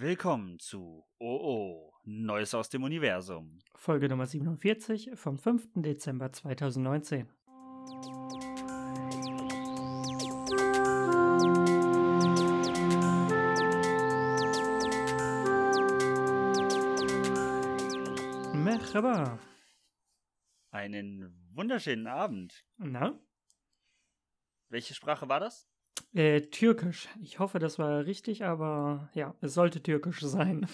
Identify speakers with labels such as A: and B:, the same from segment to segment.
A: Willkommen zu OO, Neues aus dem Universum.
B: Folge Nummer 47 vom 5. Dezember 2019. Merhaba.
A: Einen wunderschönen Abend.
B: Na?
A: Welche Sprache war das?
B: Äh, Türkisch. Ich hoffe, das war richtig, aber ja, es sollte Türkisch sein.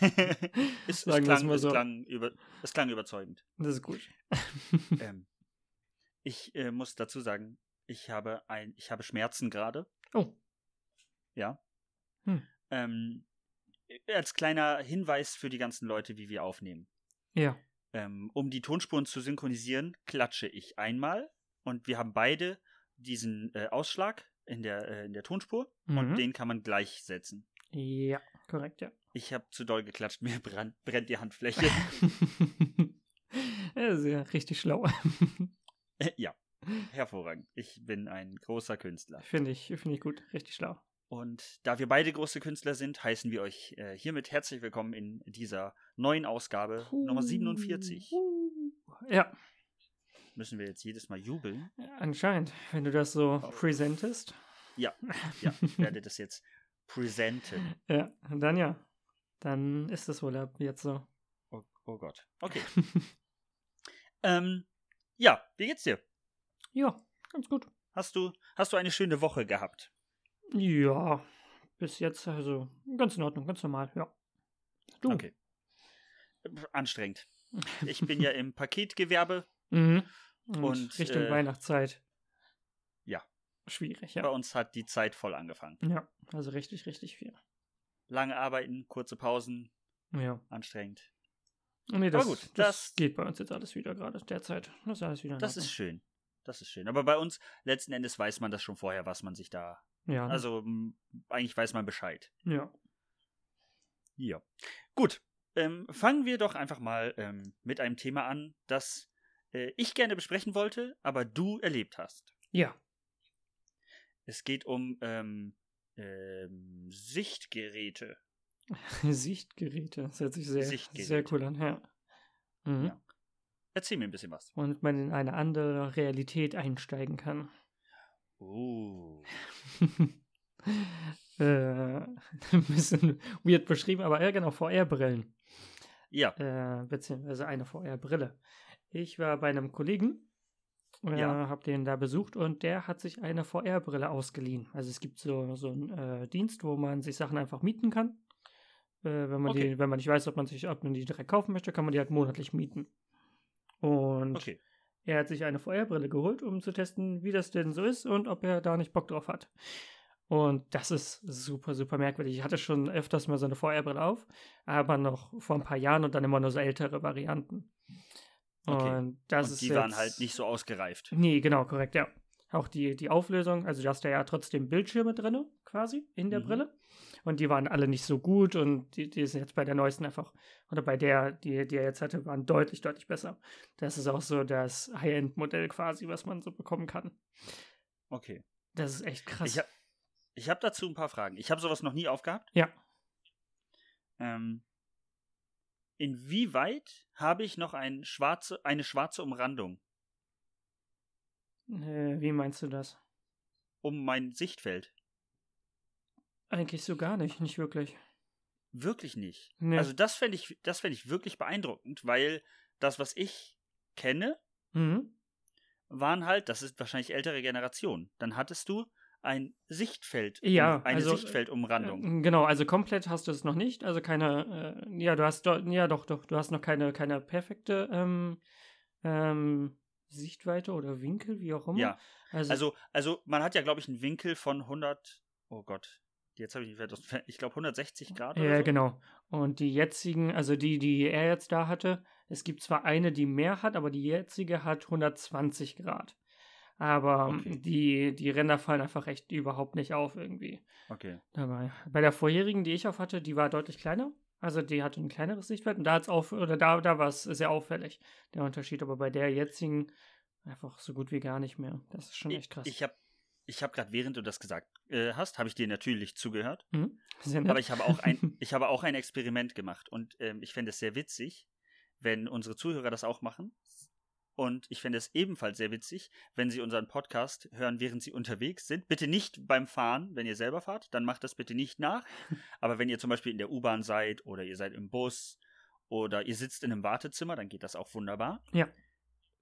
A: Es, es,
B: Sagen wir's
A: klang,
B: mal so.
A: es, klang, über, es klang überzeugend.
B: das ist gut.
A: ähm, ich äh, muss dazu sagen, ich habe, ein, ich habe Schmerzen gerade.
B: Oh.
A: Ja.
B: Hm.
A: Ähm, als kleiner Hinweis für die ganzen Leute, wie wir aufnehmen.
B: Ja.
A: Ähm, um die Tonspuren zu synchronisieren, klatsche ich einmal und wir haben beide diesen äh, Ausschlag in der, äh, in der Tonspur und
B: Mhm.
A: den kann man gleichsetzen.
B: Ja, korrekt, ja.
A: Ich habe zu doll geklatscht, mir brennt, brennt die Handfläche.
B: das ist ja richtig schlau.
A: Äh, ja, hervorragend. Ich bin ein großer Künstler.
B: Finde ich, finde ich gut. Richtig schlau.
A: Und da wir beide große Künstler sind, heißen wir euch äh, hiermit herzlich willkommen in dieser neuen Ausgabe Nummer 47.
B: Puh. Ja,
A: Müssen wir jetzt jedes Mal jubeln?
B: anscheinend, wenn du das so präsentest.
A: Ja, Ja, ich werde das jetzt präsenten.
B: ja, dann ja. Dann ist es wohl ab jetzt so.
A: Oh, oh Gott. Okay. ähm, ja, wie geht's dir?
B: Ja, ganz gut.
A: Hast du, hast du eine schöne Woche gehabt?
B: Ja, bis jetzt also ganz in Ordnung, ganz normal, ja. Du?
A: Okay. Pff, Anstrengend. Ich bin ja im Paketgewerbe.
B: Mhm. Und,
A: Und,
B: Richtung
A: äh,
B: Weihnachtszeit.
A: ja.
B: Schwierig,
A: Bei
B: ja.
A: uns hat die Zeit voll angefangen.
B: Ja, also richtig, richtig viel.
A: Lange Arbeiten, kurze Pausen,
B: Ja.
A: anstrengend.
B: Nee,
A: Aber
B: das,
A: gut,
B: das,
A: das-
B: geht bei uns jetzt alles wieder gerade derzeit. Das ist alles wieder in
A: Das ist
B: Ordnung.
A: schön. Das ist schön. Aber bei uns, letzten Endes weiß man das schon vorher, was man sich da.
B: Ja, also,
A: Also, m, eigentlich weiß man Bescheid.
B: ja.
A: Ja. Gut. Ähm, fangen wir doch einfach mal ähm, mit einem Thema an, das äh, ich gerne besprechen wollte, aber du erlebt hast.
B: Ja.
A: Es geht um ähm, ähm, Sichtgeräte.
B: Sichtgeräte. Das hört sich sehr,
A: Sichtgeräte.
B: sehr cool an, ja. Mhm.
A: Ja. Erzähl mir ein bisschen was.
B: Und man in eine andere Realität einsteigen kann.
A: Oh.
B: äh, ein bisschen weird beschrieben, aber ja, genau, VR-Brillen.
A: Ja.
B: Äh, beziehungsweise eine VR-Brille. Ich war bei einem Kollegen, äh,
A: Ja.
B: habe den da besucht und der hat sich eine VR-Brille ausgeliehen. Also es gibt so, so einen äh, Dienst, wo man sich Sachen einfach mieten kann. Äh, wenn, man
A: Okay.
B: die, wenn man nicht weiß, ob man, sich, ob man die direkt kaufen möchte, kann man die halt monatlich mieten. Und
A: Okay.
B: er hat sich eine VR-Brille geholt, um zu testen, wie das denn so ist und ob er da nicht Bock drauf hat. Und das ist super, super merkwürdig. Ich hatte schon öfters mal so eine VR-Brille auf, aber noch vor ein paar Jahren und dann immer nur so ältere Varianten.
A: Okay.
B: Und das
A: Und
B: ist
A: die waren
B: jetzt-
A: halt nicht so ausgereift.
B: Nee, genau, korrekt, ja. Auch die, die Auflösung, also du hast da ja trotzdem Bildschirme drin, quasi, in der
A: Mhm.
B: Brille. Und die waren alle nicht so gut und die, die sind jetzt bei der neuesten einfach, oder bei der, die, die er jetzt hatte, waren deutlich, deutlich besser. Das ist auch so das High-End-Modell quasi, was man so bekommen kann.
A: Okay.
B: Das ist echt krass.
A: Ich, ha ich habe dazu ein paar Fragen. Ich habe sowas noch nie aufgehabt.
B: Ja.
A: Ähm, inwieweit habe ich noch ein schwarze, eine schwarze Umrandung
B: äh, wie meinst du das?
A: um mein Sichtfeld?
B: Eigentlich so gar nicht, nicht wirklich.
A: Wirklich nicht.
B: Nee.
A: Also das fände ich, das fänd ich wirklich beeindruckend, weil das, was ich kenne,
B: Mhm.
A: waren halt, das ist wahrscheinlich ältere Generation. Dann hattest du ein Sichtfeld,
B: Ja,
A: eine
B: also,
A: Sichtfeldumrandung.
B: Äh, Genau, also komplett hast du es noch nicht. Also keine, äh, ja, du hast do, ja doch, doch, du hast noch keine, keine perfekte ähm, ähm, Sichtweite oder Winkel, wie auch immer.
A: ja,
B: also,
A: also, also man hat ja, glaube ich, einen Winkel von 100, oh Gott, jetzt habe ich nicht weit aus dem Fe- ich glaube 160 Grad oder
B: ja,
A: so.
B: genau. Und die jetzigen, also die, die er jetzt da hatte, es gibt zwar eine, die mehr hat, aber die jetzige hat 120 Grad. Aber ähm,
A: Okay.
B: die, die Ränder fallen einfach echt überhaupt nicht auf irgendwie.
A: Okay.
B: dabei. Bei der vorherigen, die ich auf hatte, die war deutlich kleiner. Also die hatte ein kleineres Sichtfeld und da hat's auf oder da, da war es sehr auffällig, der Unterschied. Aber bei der jetzigen einfach so gut wie gar nicht mehr. Das ist schon echt krass.
A: Ich habe ich hab gerade, während du das gesagt äh, hast, habe ich dir natürlich zugehört.
B: Mhm. Sehr nett.
A: Aber ich habe auch ein, ich habe auch ein Experiment gemacht und ähm, ich fände es sehr witzig, wenn unsere Zuhörer das auch machen. Und ich fände es ebenfalls sehr witzig, wenn Sie unseren Podcast hören, während Sie unterwegs sind. Bitte nicht beim Fahren, wenn ihr selber fahrt, dann macht das bitte nicht nach. Aber wenn ihr zum Beispiel in der U-Bahn seid oder ihr seid im Bus oder ihr sitzt in einem Wartezimmer, dann geht das auch wunderbar.
B: Ja.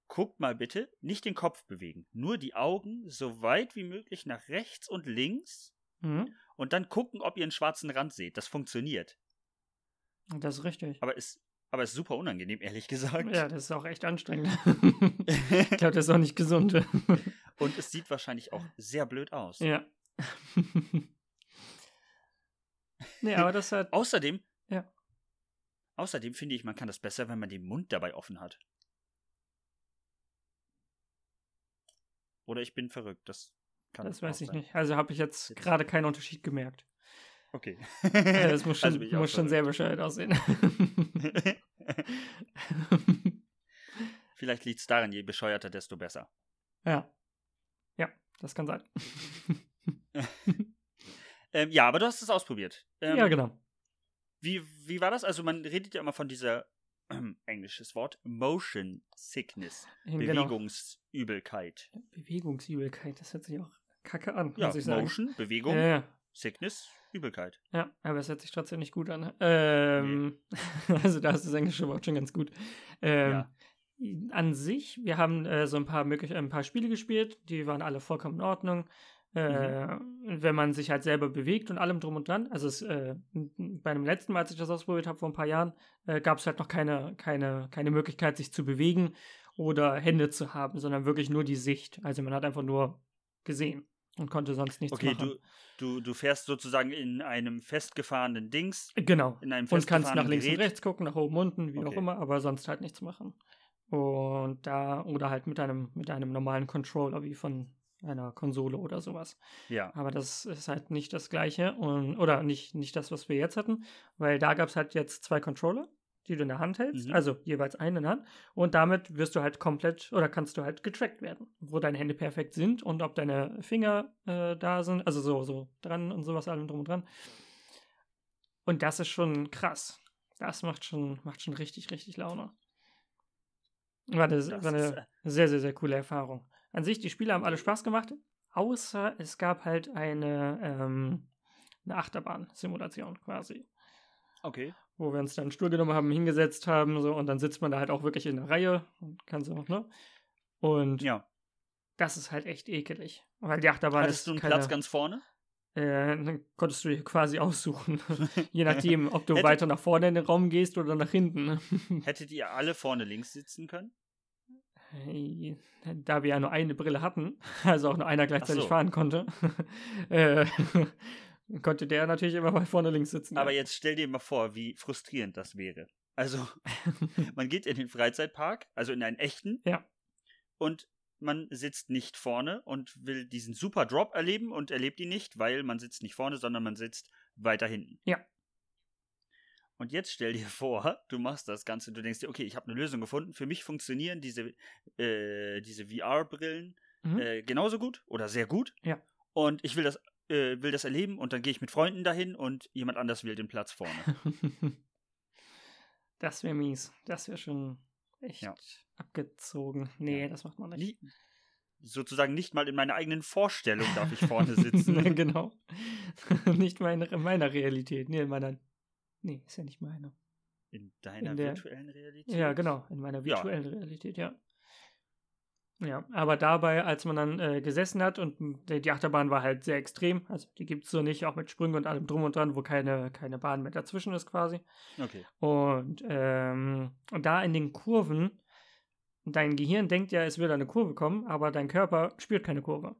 A: Guckt mal bitte, nicht den Kopf bewegen, nur die Augen so weit wie möglich nach rechts und links
B: Mhm.
A: und dann gucken, ob ihr einen schwarzen Rand seht. Das funktioniert.
B: Das ist richtig.
A: Aber ist, aber ist super unangenehm, ehrlich gesagt.
B: Ja, das ist auch echt anstrengend. ich glaube, das ist auch nicht gesund.
A: Und es sieht wahrscheinlich auch sehr blöd aus.
B: ja. nee, aber das hat.
A: Außerdem.
B: Ja.
A: Außerdem finde ich, man kann das besser, wenn man den Mund dabei offen hat. Oder ich bin verrückt. Das kann
B: Das
A: auch
B: weiß ich
A: sein.
B: nicht. Also habe ich jetzt gerade keinen Unterschied gemerkt.
A: Okay.
B: Ja, das muss schon,
A: Also bin ich auch
B: muss schon sehr
A: verrückt.
B: bescheuert aussehen.
A: Vielleicht liegt es daran, je bescheuerter, desto besser.
B: ja. Ja, das kann sein.
A: Ähm, ja, aber du hast es ausprobiert. Ähm,
B: ja, genau.
A: Wie, wie war das? Also man redet ja immer von dieser, englisches Wort, Motion Sickness,
B: genau.
A: Bewegungsübelkeit.
B: Bewegungsübelkeit, das hört sich auch kacke an,
A: Ja,
B: muss ich sagen.
A: Motion,
B: Ja,
A: Bewegung,
B: ja,
A: Sickness, Übelkeit.
B: ja, aber es hört sich trotzdem nicht gut an. ne? Ähm, Also da ist das englische Wort schon ganz gut. Ähm, An sich, wir haben äh, so ein paar, möglich ein paar Spiele gespielt, die waren alle vollkommen in Ordnung. Äh,
A: Mhm.
B: Wenn man sich halt selber bewegt und allem drum und dran. Also es, äh, m- m- bei dem letzten Mal, als ich das ausprobiert habe, vor ein paar Jahren, äh, gab es halt noch keine, keine, keine Möglichkeit, sich zu bewegen oder Hände zu haben, sondern wirklich nur die Sicht. Also man hat einfach nur gesehen und konnte sonst nichts
A: Okay,
B: machen.
A: du, du, du fährst sozusagen in einem festgefahrenen Dings,
B: genau.
A: in einem
B: Und kannst nach
A: festgefahrenen
B: links und
A: Gerät.
B: rechts gucken, nach oben, unten, wie auch
A: Okay.
B: immer, aber sonst halt nichts machen. Und da, oder halt mit einem, mit einem normalen Controller wie von einer Konsole oder sowas.
A: Ja,
B: Aber das ist halt nicht das gleiche und, oder nicht, nicht das, was wir jetzt hatten, weil da gab es halt jetzt zwei Controller, die du in der Hand hältst,
A: Mhm.
B: also jeweils einen in der Hand. Und damit wirst du halt komplett oder kannst du halt getrackt werden, wo deine Hände perfekt sind und ob deine Finger äh, da sind, also so, so dran und sowas, allem drum und dran. Und das ist schon krass. Das macht schon, macht schon richtig, richtig Laune. War das,
A: Das
B: war
A: ist, äh,
B: eine sehr, sehr, sehr coole Erfahrung. An sich, die Spiele haben alle Spaß gemacht, außer es gab halt eine, ähm, eine Achterbahn-Simulation quasi,
A: okay.
B: wo wir uns dann einen Stuhl genommen haben, hingesetzt haben so, und dann sitzt man da halt auch wirklich in der Reihe und kann so, ne? Und
A: Ja.
B: das ist halt echt ekelig, weil die Achterbahn ist
A: Hattest du einen
B: keine,
A: Platz ganz vorne?
B: äh, dann konntest du dir quasi aussuchen, je nachdem, ob du
A: Hätte-
B: weiter nach vorne in den Raum gehst oder nach hinten.
A: Hättet ihr alle vorne links sitzen können?
B: Hey, Äh, da wir ja nur eine Brille hatten, also auch nur einer gleichzeitig
A: so.
B: fahren konnte, äh, konnte der natürlich immer mal vorne links sitzen.
A: Aber jetzt stell dir mal vor, wie frustrierend das wäre. Also, man geht in den Freizeitpark, also in einen echten.
B: Ja.
A: Und man sitzt nicht vorne und will diesen super Drop erleben und erlebt ihn nicht, weil man sitzt nicht vorne, sondern man sitzt weiter hinten.
B: Ja.
A: Und jetzt stell dir vor, du machst das Ganze, du denkst dir, okay, ich habe eine Lösung gefunden. Für mich funktionieren diese, äh, diese VR-Brillen
B: Mhm.
A: äh, genauso gut oder sehr gut.
B: Ja.
A: Und ich will das, äh, will das erleben und dann gehe ich mit Freunden dahin und jemand anders will den Platz vorne.
B: das wäre mies. Das wäre schon echt
A: Ja.
B: abgezogen. Nee,
A: Ja.
B: das macht man nicht.
A: Nie, sozusagen nicht mal in meiner eigenen Vorstellung darf ich vorne sitzen.
B: genau. nicht meine, in meiner Realität. Nee, in meiner. Nee, ist ja nicht meine.
A: in deiner
B: In der-
A: virtuellen Realität.
B: Ja, genau, in meiner
A: Ja.
B: virtuellen Realität, ja. Ja, aber dabei, als man dann äh, gesessen hat und m, die die Achterbahn war halt sehr extrem, also die gibt es so nicht, auch mit Sprüngen und allem drum und dran, wo keine, keine Bahn mehr dazwischen ist quasi.
A: Okay.
B: Und, ähm, und da in den Kurven, dein Gehirn denkt ja, es würde eine Kurve kommen, aber dein Körper spürt keine Kurve.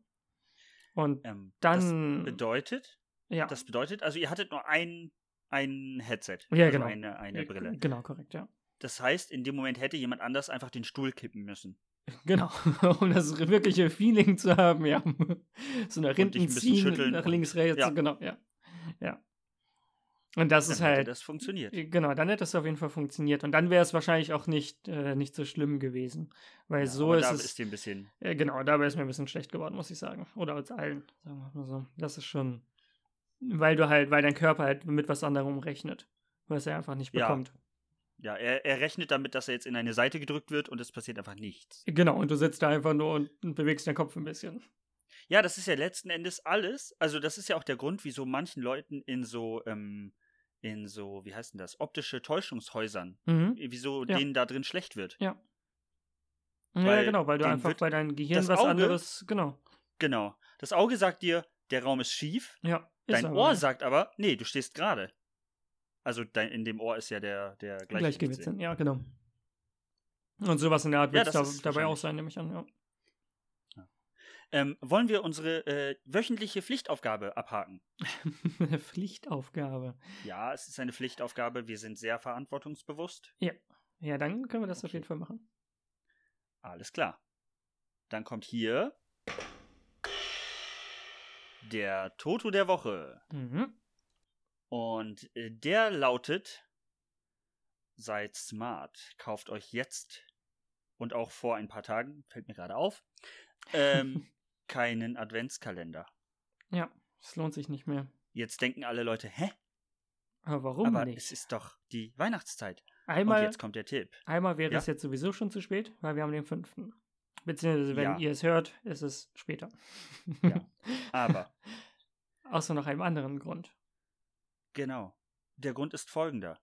B: Und
A: Ähm,
B: dann,
A: das bedeutet,
B: ja,
A: das bedeutet, also ihr hattet nur ein, ein Headset.
B: Ja,
A: also
B: genau.
A: Eine, eine
B: äh,
A: Brille.
B: genau, korrekt, ja.
A: Das heißt, in dem Moment hätte jemand anders einfach den Stuhl kippen müssen.
B: Genau, um das wirkliche Feeling zu haben, ja. So
A: dich
B: nach
A: ein
B: hinten
A: bisschen
B: ziehen,
A: schütteln
B: nach
A: und-
B: links, rechts,
A: ja.
B: genau, ja. Ja. Und das ist
A: dann hätte
B: halt.
A: das funktioniert.
B: Genau, dann hätte es auf jeden Fall funktioniert. Und dann wäre es wahrscheinlich auch nicht, äh, nicht so schlimm gewesen. Weil
A: Ja,
B: so
A: aber
B: ist
A: da
B: es.
A: ist dir ein bisschen.
B: Äh, genau, dabei ist mir ein bisschen schlecht geworden, muss ich sagen. Oder uns allen, sagen wir mal so. Das ist schon. Weil du halt, weil dein Körper halt mit was anderem rechnet. Was er einfach nicht
A: Ja.
B: bekommt.
A: Ja, er, er rechnet damit, dass er jetzt in eine Seite gedrückt wird und es passiert einfach nichts.
B: Genau, und du sitzt da einfach nur und, und bewegst deinen Kopf ein bisschen.
A: Ja, das ist ja letzten Endes alles. Also, das ist ja auch der Grund, wieso manchen Leuten in so, ähm, in so, wie heißt denn das, optische Täuschungshäusern, äh,
B: Mhm.
A: wieso
B: Ja.
A: denen da drin schlecht wird.
B: Ja,
A: Weil
B: genau, weil du
A: dem
B: einfach
A: wird
B: bei deinem Gehirn
A: das
B: was
A: Auge-
B: anderes. Genau.
A: Genau. Das Auge sagt dir, der Raum ist schief.
B: Ja. ist
A: Dein
B: aber
A: Ohr
B: so.
A: sagt aber, nee, du stehst gerade. Also dein, in dem Ohr ist ja der, der Gleichgewichtssinn.
B: Gleichgewichtssinn, ja, genau. Und sowas in der Art
A: Ja,
B: wird es
A: das
B: da,
A: ist
B: dabei auch
A: wahrscheinlich.
B: sein, nehme ich an. Ja.
A: Ähm, wollen wir unsere äh, wöchentliche Pflichtaufgabe abhaken?
B: Pflichtaufgabe.
A: Ja, es ist eine Pflichtaufgabe. Wir sind sehr verantwortungsbewusst.
B: Ja, dann können wir das auf jeden Fall machen.
A: Alles klar. Dann kommt hier der Toto der Woche.
B: Mhm.
A: Und äh, der lautet, seid smart, kauft euch jetzt und auch vor ein paar Tagen, fällt mir gerade auf, ähm, keinen Adventskalender.
B: Ja, es lohnt sich nicht mehr.
A: Jetzt denken alle Leute, hä?
B: Aber warum
A: Aber
B: nicht?
A: es ist doch die Weihnachtszeit. Und
B: Einmal,
A: jetzt kommt der Tipp.
B: einmal wäre
A: Ja?
B: es jetzt sowieso schon zu spät, weil wir haben den fünften. Beziehungsweise, wenn
A: Ja.
B: ihr es hört, ist es später.
A: Ja. Aber,
B: Außer nach einem anderen Grund.
A: genau. Der Grund ist folgender.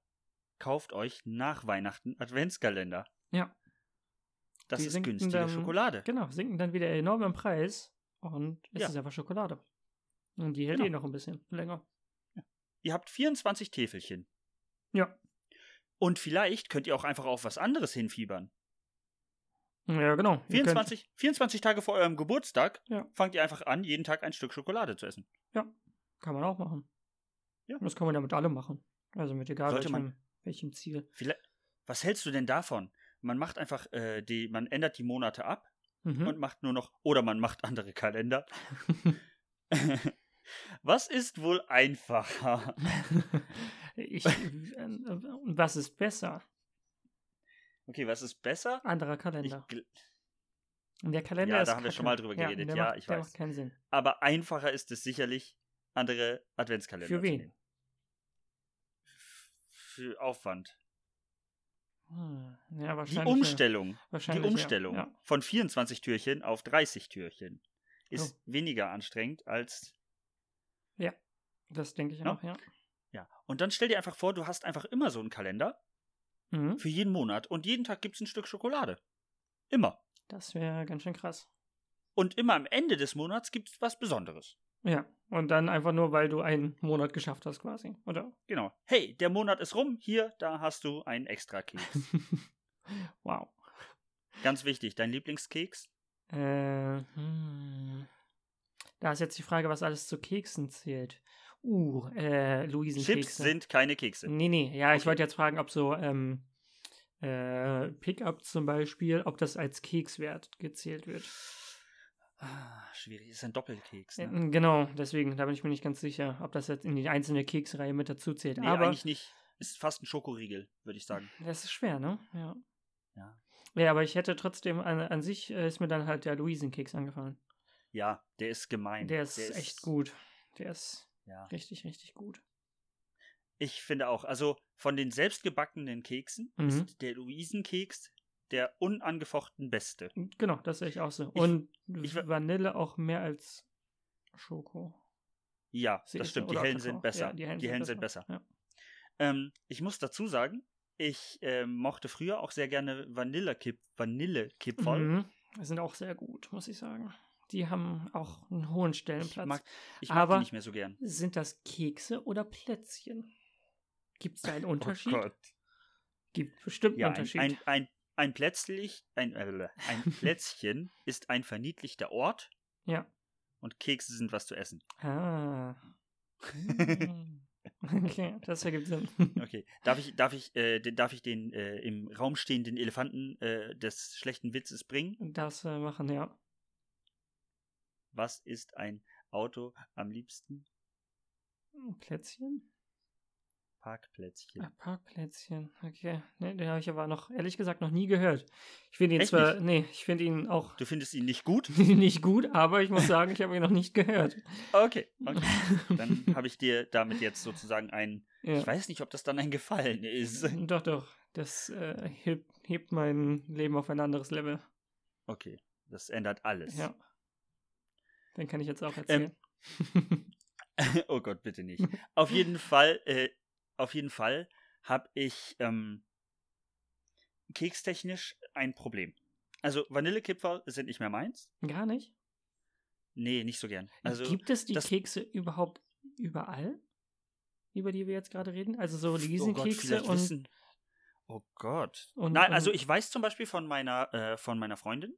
A: Kauft euch nach Weihnachten Adventskalender.
B: Ja.
A: Das
B: Die
A: ist
B: sinken
A: günstige
B: dann-
A: Schokolade.
B: Genau, sinken dann wieder enorm im Preis und es
A: Ja.
B: ist einfach Schokolade. Und die hält
A: Genau.
B: eh noch ein bisschen länger.
A: Ihr habt 24 Täfelchen.
B: Ja.
A: Und vielleicht könnt ihr auch einfach auf was anderes hinfiebern.
B: Ja, genau. Ihr könnt-
A: 24, 24 Tage vor eurem Geburtstag
B: Ja.
A: fangt ihr einfach an, jeden Tag ein Stück Schokolade zu essen.
B: Kann man auch machen.
A: Ja.
B: Das kann man ja mit allem machen. Also mit egal
A: Sollte
B: welchem,
A: man.
B: welchem Ziel.
A: Vielleicht, was hältst du denn davon? Man macht einfach äh, die, man ändert die Monate ab
B: Mhm.
A: und macht nur noch, oder man macht andere Kalender. was ist wohl einfacher?
B: ich, äh, was ist besser?
A: Okay, was ist besser?
B: Anderer
A: Ich,
B: Kalender.
A: gl-
B: Und der Kalender
A: Ja, da
B: ist
A: haben wir schon mal drüber geredet.
B: der
A: Ja,
B: macht,
A: ich
B: der
A: weiß.
B: macht keinen Sinn.
A: aber einfacher ist es sicherlich, andere Adventskalender
B: Für
A: zu
B: wen?
A: nehmen. Für Aufwand.
B: Hm. Ja,
A: Die
B: wahrscheinlich.
A: Umstellung.
B: ja.
A: Die
B: Wahrscheinlich, ja.
A: Umstellung
B: Ja.
A: von 24 Türchen auf 30 Türchen ist
B: Oh.
A: weniger anstrengend als.
B: Das denke ich
A: Ja.
B: auch, ja.
A: Ja. Und dann stell dir einfach vor, du hast einfach immer so einen Kalender
B: Mhm.
A: für jeden Monat und jeden Tag gibt es ein Stück Schokolade. Immer.
B: Das wäre ganz schön krass.
A: Und immer am Ende des Monats gibt es was Besonderes.
B: Ja. Und dann einfach nur, weil du einen Monat geschafft hast, quasi. Oder?
A: Genau. Hey, der Monat ist rum. Hier, da hast du einen extra Keks.
B: wow.
A: Ganz wichtig, dein Lieblingskeks?
B: Äh, hm. Da ist jetzt die Frage, was alles zu Keksen zählt. Uh, äh, Luisenkekse.
A: Chips sind keine Kekse.
B: Nee, nee, ja, ich
A: Okay.
B: wollte jetzt fragen, ob so ähm, äh, Pickup zum Beispiel, ob das als Kekswert gezählt wird.
A: Ah, schwierig. Ist ein Doppelkeks.
B: Äh,
A: Ne?
B: Genau, deswegen, da bin ich mir nicht ganz sicher, ob das jetzt in die einzelne Keksreihe mit dazu zählt.
A: Nee,
B: Aber
A: eigentlich nicht. Ist fast ein Schokoriegel, würde ich sagen.
B: das ist schwer, ne? Ja.
A: Ja.
B: Ja, aber ich hätte trotzdem, an, an sich äh, ist mir dann halt der Luisenkeks angefallen.
A: Ja, der ist gemein.
B: Der ist echt gut. Der ist
A: Ja.
B: richtig, richtig gut.
A: Ich finde auch. Also von den selbstgebackenen Keksen
B: Mhm.
A: ist der Luisenkeks der unangefochten beste.
B: Genau, das sehe ich auch so.
A: Ich-
B: Und
A: ich wa-
B: Vanille auch mehr als Schoko.
A: Ja,
B: sehe
A: das
B: ich
A: stimmt.
B: so.
A: Die
B: Oder
A: hellen
B: Kakao.
A: sind besser.
B: Ja, die hellen,
A: sind besser. Ähm, ich muss dazu sagen, ich ähm, mochte früher auch sehr gerne Vanillekip,
B: Ja.
A: Vanillekipferl.
B: Mhm. Die sind auch sehr gut, muss ich sagen. Die haben auch einen hohen
A: Ich
B: Stellenplatz.
A: mag, ich mag
B: Aber-
A: die nicht mehr so gern.
B: Sind das Kekse oder Plätzchen? Gibt es da einen Unterschied? Gibt bestimmt einen
A: Oh Ja, ein,
B: Unterschied.
A: ein, ein, ein, Plätzlich, ein, äh, ein Plätzchen ist ein verniedlichter Ort
B: ja.
A: und Kekse sind was zu essen.
B: Ah. Hm. okay, das ergibt Sinn.
A: Okay, darf ich, darf ich, äh, den, darf ich den äh, im Raum stehenden Elefanten äh, des schlechten Witzes bringen?
B: Das äh, machen, ja.
A: Was ist ein Auto am liebsten?
B: Plätzchen?
A: Parkplätzchen.
B: Ah, Parkplätzchen, okay. Nee, den habe ich aber noch, ehrlich gesagt, noch nie gehört. Ich finde ihn
A: Echt
B: zwar, nee, ich finde ihn auch
A: Du findest ihn nicht gut?
B: nicht gut, aber ich muss sagen, ich habe ihn noch nicht gehört.
A: Okay. okay. Dann habe ich dir damit jetzt sozusagen einen.
B: ja. Mhm.
A: Ich weiß nicht, ob das dann ein Gefallen ist.
B: Doch, doch. Das äh, hebt, hebt mein Leben auf ein anderes Level.
A: Okay. Das ändert alles.
B: Ja. Den kann ich jetzt auch
A: Ähm.
B: erzählen.
A: oh Gott, bitte nicht. Auf jeden Fall, äh, auf jeden Fall habe ich ähm, kekstechnisch ein Problem. Also Vanillekipferl sind nicht mehr meins.
B: Gar nicht.
A: Nee, nicht so gern. Also
B: Gibt es die
A: das-
B: Kekse überhaupt überall, über die wir jetzt gerade reden? Also so
A: oh Gott,
B: Riesenkekse
A: vielleicht
B: und,
A: wissen- Oh Gott.
B: und.
A: Nein,
B: und,
A: also ich weiß zum Beispiel von meiner, äh, von meiner Freundin,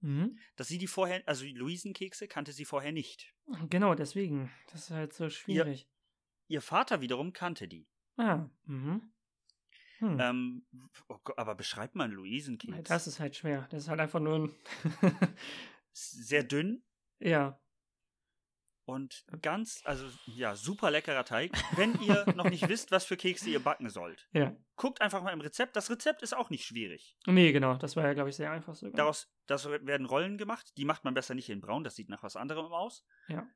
B: Mhm.
A: dass sie die vorher, also die Luisenkekse kannte sie vorher nicht.
B: Genau, deswegen. Das ist halt so schwierig.
A: Ihr Vater wiederum kannte die.
B: Ah, mhm. Hm.
A: Ähm, oh Gott, aber beschreib mal einen
B: Ja,
A: Luisenkeks.
B: Das ist halt schwer. Das ist halt einfach nur ein.
A: Sehr dünn
B: ja.
A: und ganz, also ja, super leckerer Teig. Wenn ihr noch nicht wisst, was für Kekse ihr backen sollt,
B: Ja.
A: guckt einfach mal im Rezept. Das Rezept ist auch nicht schwierig.
B: Nee, genau. Das war ja, glaube ich, sehr einfach sogar.
A: Daraus das werden Rollen gemacht. Die macht man besser nicht in braun, das sieht nach was anderem aus.
B: Ja.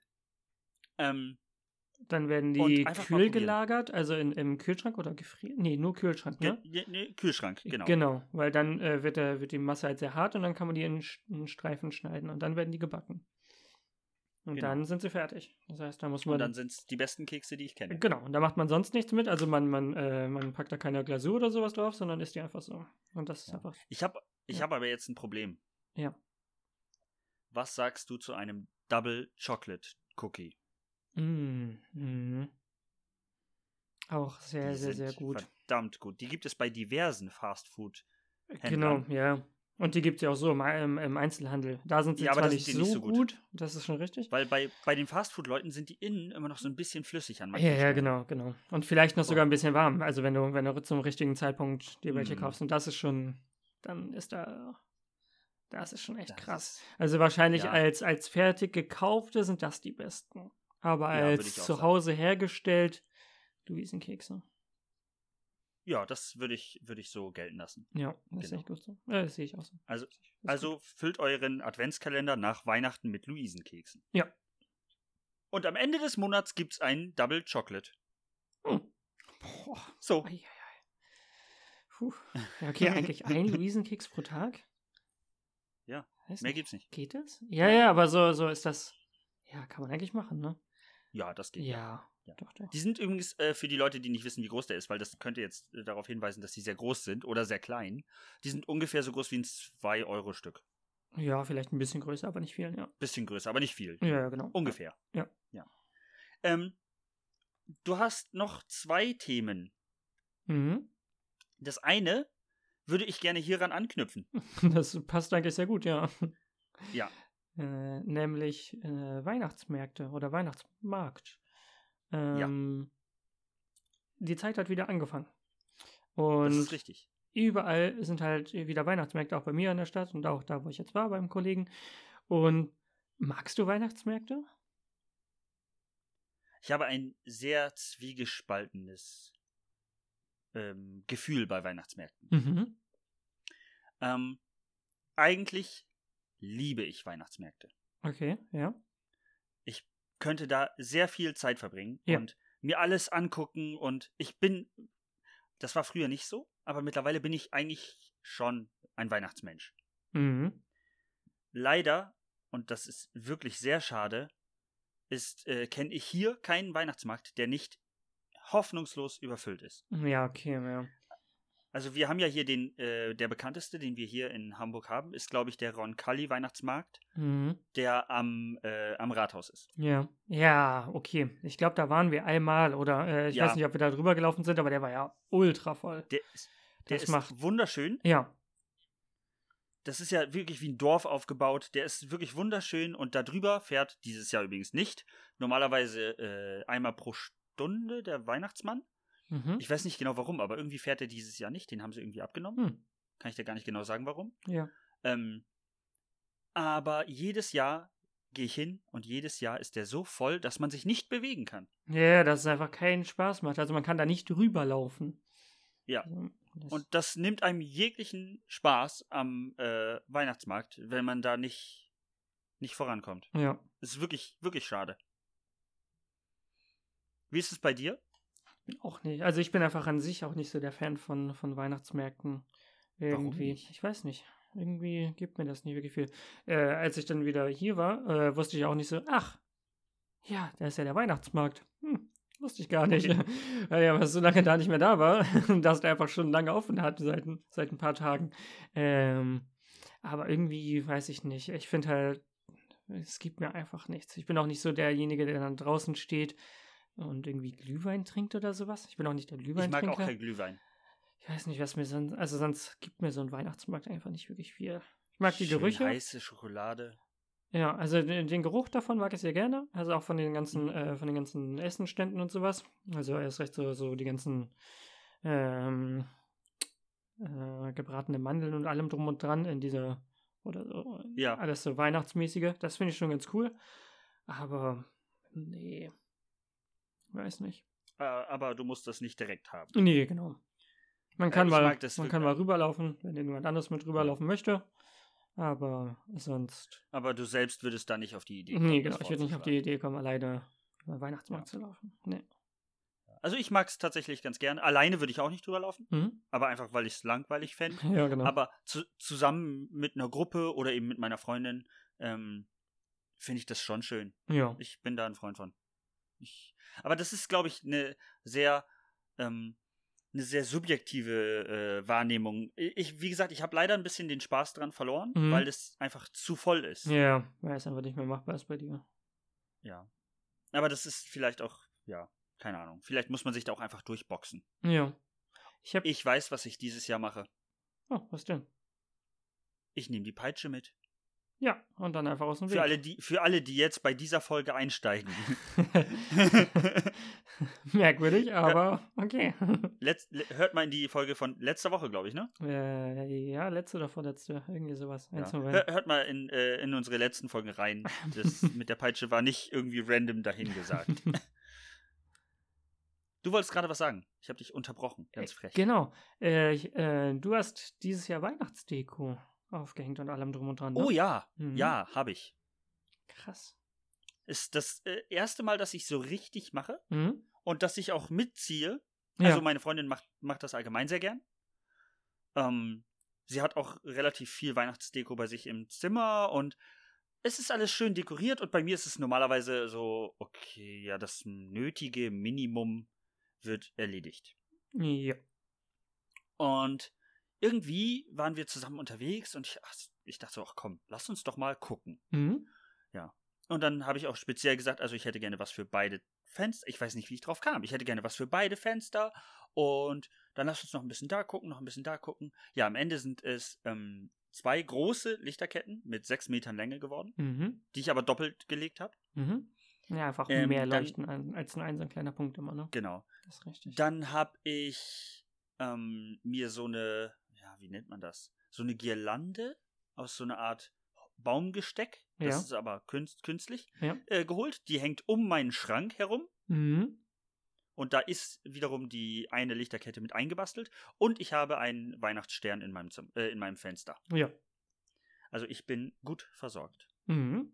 A: Ähm,
B: Dann werden
A: Und
B: die
A: einfach mal
B: kühl
A: probieren.
B: gelagert, also in, im Kühlschrank oder gefrieren. Nee, nur Kühlschrank,
A: ge-
B: ne?
A: ne- ne, Kühlschrank, genau.
B: weil dann äh, wird, der, wird die Masse halt sehr hart und dann kann man die in, Sch- in Streifen schneiden und dann werden die gebacken. Und
A: Genau.
B: dann sind sie fertig. Das heißt, da muss man.
A: Und dann sind es die besten Kekse, die ich kenne.
B: genau, und da macht man sonst nichts mit. Also man, man, äh, man packt da keine Glasur oder sowas drauf, sondern isst die einfach so. Und das ist
A: Ja.
B: einfach.
A: Ich habe ich
B: Ja.
A: hab aber jetzt ein Problem.
B: Ja.
A: Was sagst du zu einem Double Chocolate Cookie?
B: Mm, mm. Auch sehr,
A: Die
B: sehr,
A: sind
B: sehr gut.
A: Verdammt gut. Die gibt es bei diversen Fastfood.
B: Genau,
A: Händlern. ja.
B: ja. Und die gibt es ja auch so im, im, im Einzelhandel. Da sind sie
A: Ja, aber
B: zwar
A: da
B: nicht
A: sind die
B: so,
A: nicht so
B: gut.
A: gut.
B: das ist schon richtig.
A: Weil bei, bei den Fastfood-Leuten sind die innen immer noch so ein bisschen flüssig an manchen
B: Ja, ja,
A: Stellen.
B: genau, genau. Und vielleicht noch
A: So.
B: sogar ein bisschen warm. Also wenn du, wenn du zum richtigen Zeitpunkt dir welche
A: Mhm.
B: kaufst. Und das ist schon, dann ist da, das ist schon echt
A: Das
B: krass.
A: ist-
B: Also wahrscheinlich
A: Ja.
B: als, als fertig gekaufte sind das die besten. Aber
A: Ja, würd
B: als
A: ich auch
B: zu
A: sagen.
B: Hause hergestellt, Luisenkekse.
A: Ja, das würde ich, würd ich so gelten lassen.
B: Ja, das sehe
A: Genau.
B: ich gut so. Ja, das sehe ich auch so.
A: Also-
B: Das ist gut.
A: Also füllt euren Adventskalender nach Weihnachten mit Luisenkeksen.
B: Ja.
A: Und am Ende des Monats gibt's einen Double Chocolate.
B: Hm. Boah.
A: So,
B: Eieiei. Puh. Ja, okay, eigentlich ein Luisenkeks pro Tag?
A: Ja,
B: Weiß
A: mehr
B: nicht.
A: gibt's nicht.
B: Geht das? Ja, ja, aber so, so ist das. Ja, kann man eigentlich machen, ne?
A: Ja, das geht.
B: Ja.
A: Ja.
B: Doch, doch.
A: Die sind übrigens äh, für die Leute, die nicht wissen, wie groß der ist, weil das könnte jetzt äh, darauf hinweisen, dass die sehr groß sind oder sehr klein. Die sind ungefähr so groß wie ein 2-Euro-Stück.
B: Ja, vielleicht ein bisschen größer, aber nicht viel, ja.
A: Bisschen größer, aber nicht viel.
B: Ja, ja, genau.
A: Ungefähr.
B: Ja.
A: ja. Ähm, du hast noch zwei Themen.
B: Mhm.
A: Das eine würde ich gerne hieran anknüpfen.
B: Das passt eigentlich sehr gut, ja.
A: Ja.
B: Äh, nämlich äh, Weihnachtsmärkte oder Weihnachtsmarkt. Ähm, Die Zeit hat wieder angefangen. Und
A: das ist richtig.
B: überall sind halt wieder Weihnachtsmärkte, auch bei mir in der Stadt und auch da, wo ich jetzt war, beim Kollegen. Und magst du Weihnachtsmärkte?
A: Ich habe ein sehr zwiegespaltenes ähm, Gefühl bei Weihnachtsmärkten.
B: Mhm.
A: Ähm, eigentlich liebe ich Weihnachtsmärkte.
B: Okay, ja.
A: könnte da sehr viel Zeit verbringen
B: Ja.
A: und mir alles angucken und ich bin, das war früher nicht so, aber mittlerweile bin ich eigentlich schon ein Weihnachtsmensch.
B: Mhm.
A: Leider, und das ist wirklich sehr schade, ist, äh, kenne ich hier keinen Weihnachtsmarkt, der nicht hoffnungslos überfüllt ist.
B: Ja, okay, ja.
A: Also wir haben ja hier den, äh, der bekannteste, den wir hier in Hamburg haben, ist glaube ich der Roncalli Weihnachtsmarkt,
B: Mhm.
A: der am, äh, am Rathaus ist.
B: Ja. Ja, okay. Ich glaube, da waren wir einmal oder äh, ich
A: Ja.
B: weiß nicht, ob wir da drüber gelaufen sind, aber der war ja ultra voll.
A: Der ist, der
B: Das
A: ist
B: macht-
A: wunderschön.
B: Ja.
A: Das ist ja wirklich wie ein Dorf aufgebaut. Der ist wirklich wunderschön und da drüber fährt dieses Jahr übrigens nicht. Normalerweise äh, einmal pro Stunde der Weihnachtsmann.
B: Mhm.
A: Ich weiß nicht genau warum, aber irgendwie fährt er dieses Jahr nicht. Den haben sie irgendwie abgenommen.
B: Hm.
A: Kann ich dir gar nicht genau sagen, warum.
B: Ja.
A: Ähm, aber jedes Jahr gehe ich hin und jedes Jahr ist der so voll, dass man sich nicht bewegen kann.
B: Ja, yeah, dass es einfach keinen Spaß macht. Also man kann da nicht rüberlaufen.
A: Ja.
B: Also, das-
A: Und das nimmt einem jeglichen Spaß am äh, Weihnachtsmarkt, wenn man da nicht, nicht vorankommt.
B: ja.
A: Das ist wirklich, wirklich schade. Wie ist es bei dir?
B: Bin Auch nicht. Also ich bin einfach an sich auch nicht so der Fan von, von Weihnachtsmärkten.
A: Warum
B: Irgendwie.
A: nicht?
B: Ich weiß nicht. Irgendwie gibt mir das nicht wirklich viel. Äh, als ich dann wieder hier war, äh, wusste ich auch nicht so, ach, ja, da ist ja der Weihnachtsmarkt. Hm, wusste ich gar nicht. Weil ja, was so lange da nicht mehr da war, dass der einfach schon lange offen hat seit, seit ein paar Tagen. Ähm, aber irgendwie weiß ich nicht. Ich finde halt, es gibt mir einfach nichts. Ich bin auch nicht so derjenige, der dann draußen steht und irgendwie Glühwein trinkt oder sowas. Ich bin auch nicht der
A: Ich mag
B: Glühweintrinker.
A: auch kein Glühwein.
B: Ich weiß nicht, was mir sonst. Also, sonst gibt mir so ein Weihnachtsmarkt einfach nicht wirklich viel. Ich mag die
A: Schön
B: Gerüche.
A: Heiße Schokolade.
B: Ja, also den, den Geruch davon mag ich sehr gerne. Also auch von den
A: Mhm.
B: ganzen, äh, von den ganzen Essenständen und sowas. Also erst recht so, so die ganzen ähm, äh, gebratene Mandeln und allem drum und dran in dieser oder so,
A: Ja.
B: alles so Weihnachtsmäßige. Das finde ich schon ganz cool. Aber nee. Weiß nicht.
A: Äh, aber du musst das nicht direkt haben.
B: Nee, genau. Man kann
A: ich
B: mal,
A: mag das
B: man
A: wirklich-
B: kann mal rüberlaufen, wenn jemand anderes mit rüberlaufen möchte. Aber sonst
A: Aber du selbst würdest da nicht auf die Idee kommen.
B: Nee, genau.
A: das
B: Ich würde nicht auf die
A: vorzuschlagen.
B: Idee kommen, alleine über den Weihnachtsmarkt zu laufen. Nee.
A: Also ich mag es tatsächlich ganz gern. Alleine würde ich auch nicht drüber laufen,
B: Mhm.
A: aber einfach, weil ich es langweilig fände.
B: Ja, genau.
A: Aber zu, zusammen mit einer Gruppe oder eben mit meiner Freundin ähm, finde ich das schon schön.
B: ja.
A: Ich bin da ein Freund von. Ich, aber das ist, glaube ich, eine sehr, ähm, eine sehr subjektive äh, Wahrnehmung. Ich, wie gesagt, ich habe leider ein bisschen den Spaß dran verloren,
B: Mhm.
A: weil es einfach zu voll ist.
B: Ja, weil es einfach nicht mehr machbar ist bei dir.
A: Ja. Aber das ist vielleicht auch, ja, keine Ahnung. Vielleicht muss man sich da auch einfach durchboxen.
B: Ja. Ich habe.
A: Ich weiß, was ich dieses Jahr mache.
B: Oh, was denn?
A: Ich nehme die Peitsche mit.
B: Ja, und dann einfach aus dem Weg.
A: Für alle, die, für alle, die jetzt bei dieser Folge einsteigen.
B: Merkwürdig, aber okay.
A: Letz, le, hört mal in die Folge von letzter Woche, glaube ich, ne?
B: äh, ja, letzte oder vorletzte. Irgendwie sowas.
A: Ja.
B: Eins von
A: Hör,
B: beiden.
A: hört mal in, äh, in unsere letzten Folgen rein. Das mit der Peitsche war nicht irgendwie random dahingesagt. Du wolltest gerade was sagen. Ich habe dich unterbrochen. Ganz
B: Äh,
A: frech.
B: Genau. Äh, ich, äh, du hast dieses Jahr Weihnachtsdeko aufgehängt und allem drum und dran.
A: Oh ja,
B: Mhm.
A: ja, habe ich.
B: Krass.
A: Ist das äh, erste Mal, dass ich so richtig mache
B: Mhm.
A: und dass ich auch mitziehe.
B: Ja.
A: Also meine Freundin macht, macht das allgemein sehr gern. Ähm, sie hat auch relativ viel Weihnachtsdeko bei sich im Zimmer und es ist alles schön dekoriert und bei mir ist es normalerweise so, okay, ja, das nötige Minimum wird erledigt.
B: ja.
A: Und irgendwie waren wir zusammen unterwegs und ich, ach, ich dachte so, ach komm, lass uns doch mal gucken.
B: Mhm.
A: Und dann habe ich auch speziell gesagt, also ich hätte gerne was für beide Fenster. Ich weiß nicht, wie ich drauf kam. Ich hätte gerne was für beide Fenster. Und dann lass uns noch ein bisschen da gucken, noch ein bisschen da gucken. Ja, am Ende sind es ähm, zwei große Lichterketten mit sechs Metern Länge geworden,
B: Mhm.
A: die ich aber doppelt gelegt habe.
B: Mhm. Ja, einfach
A: Ähm,
B: mehr
A: dann-
B: leuchten an, als nur ein so ein kleiner Punkt immer, ne?
A: Genau.
B: Das ist richtig.
A: Dann habe ich ähm, mir so eine, ja, wie nennt man das? So eine Girlande aus so einer Art Baumgesteck. Das
B: Ja.
A: ist aber künst, künstlich
B: Ja.
A: äh, geholt. Die hängt um meinen Schrank herum.
B: Mhm.
A: Und da ist wiederum die eine Lichterkette mit eingebastelt. Und ich habe einen Weihnachtsstern in meinem, Zim äh, in meinem Fenster.
B: Ja.
A: Also ich bin gut versorgt.
B: Mhm.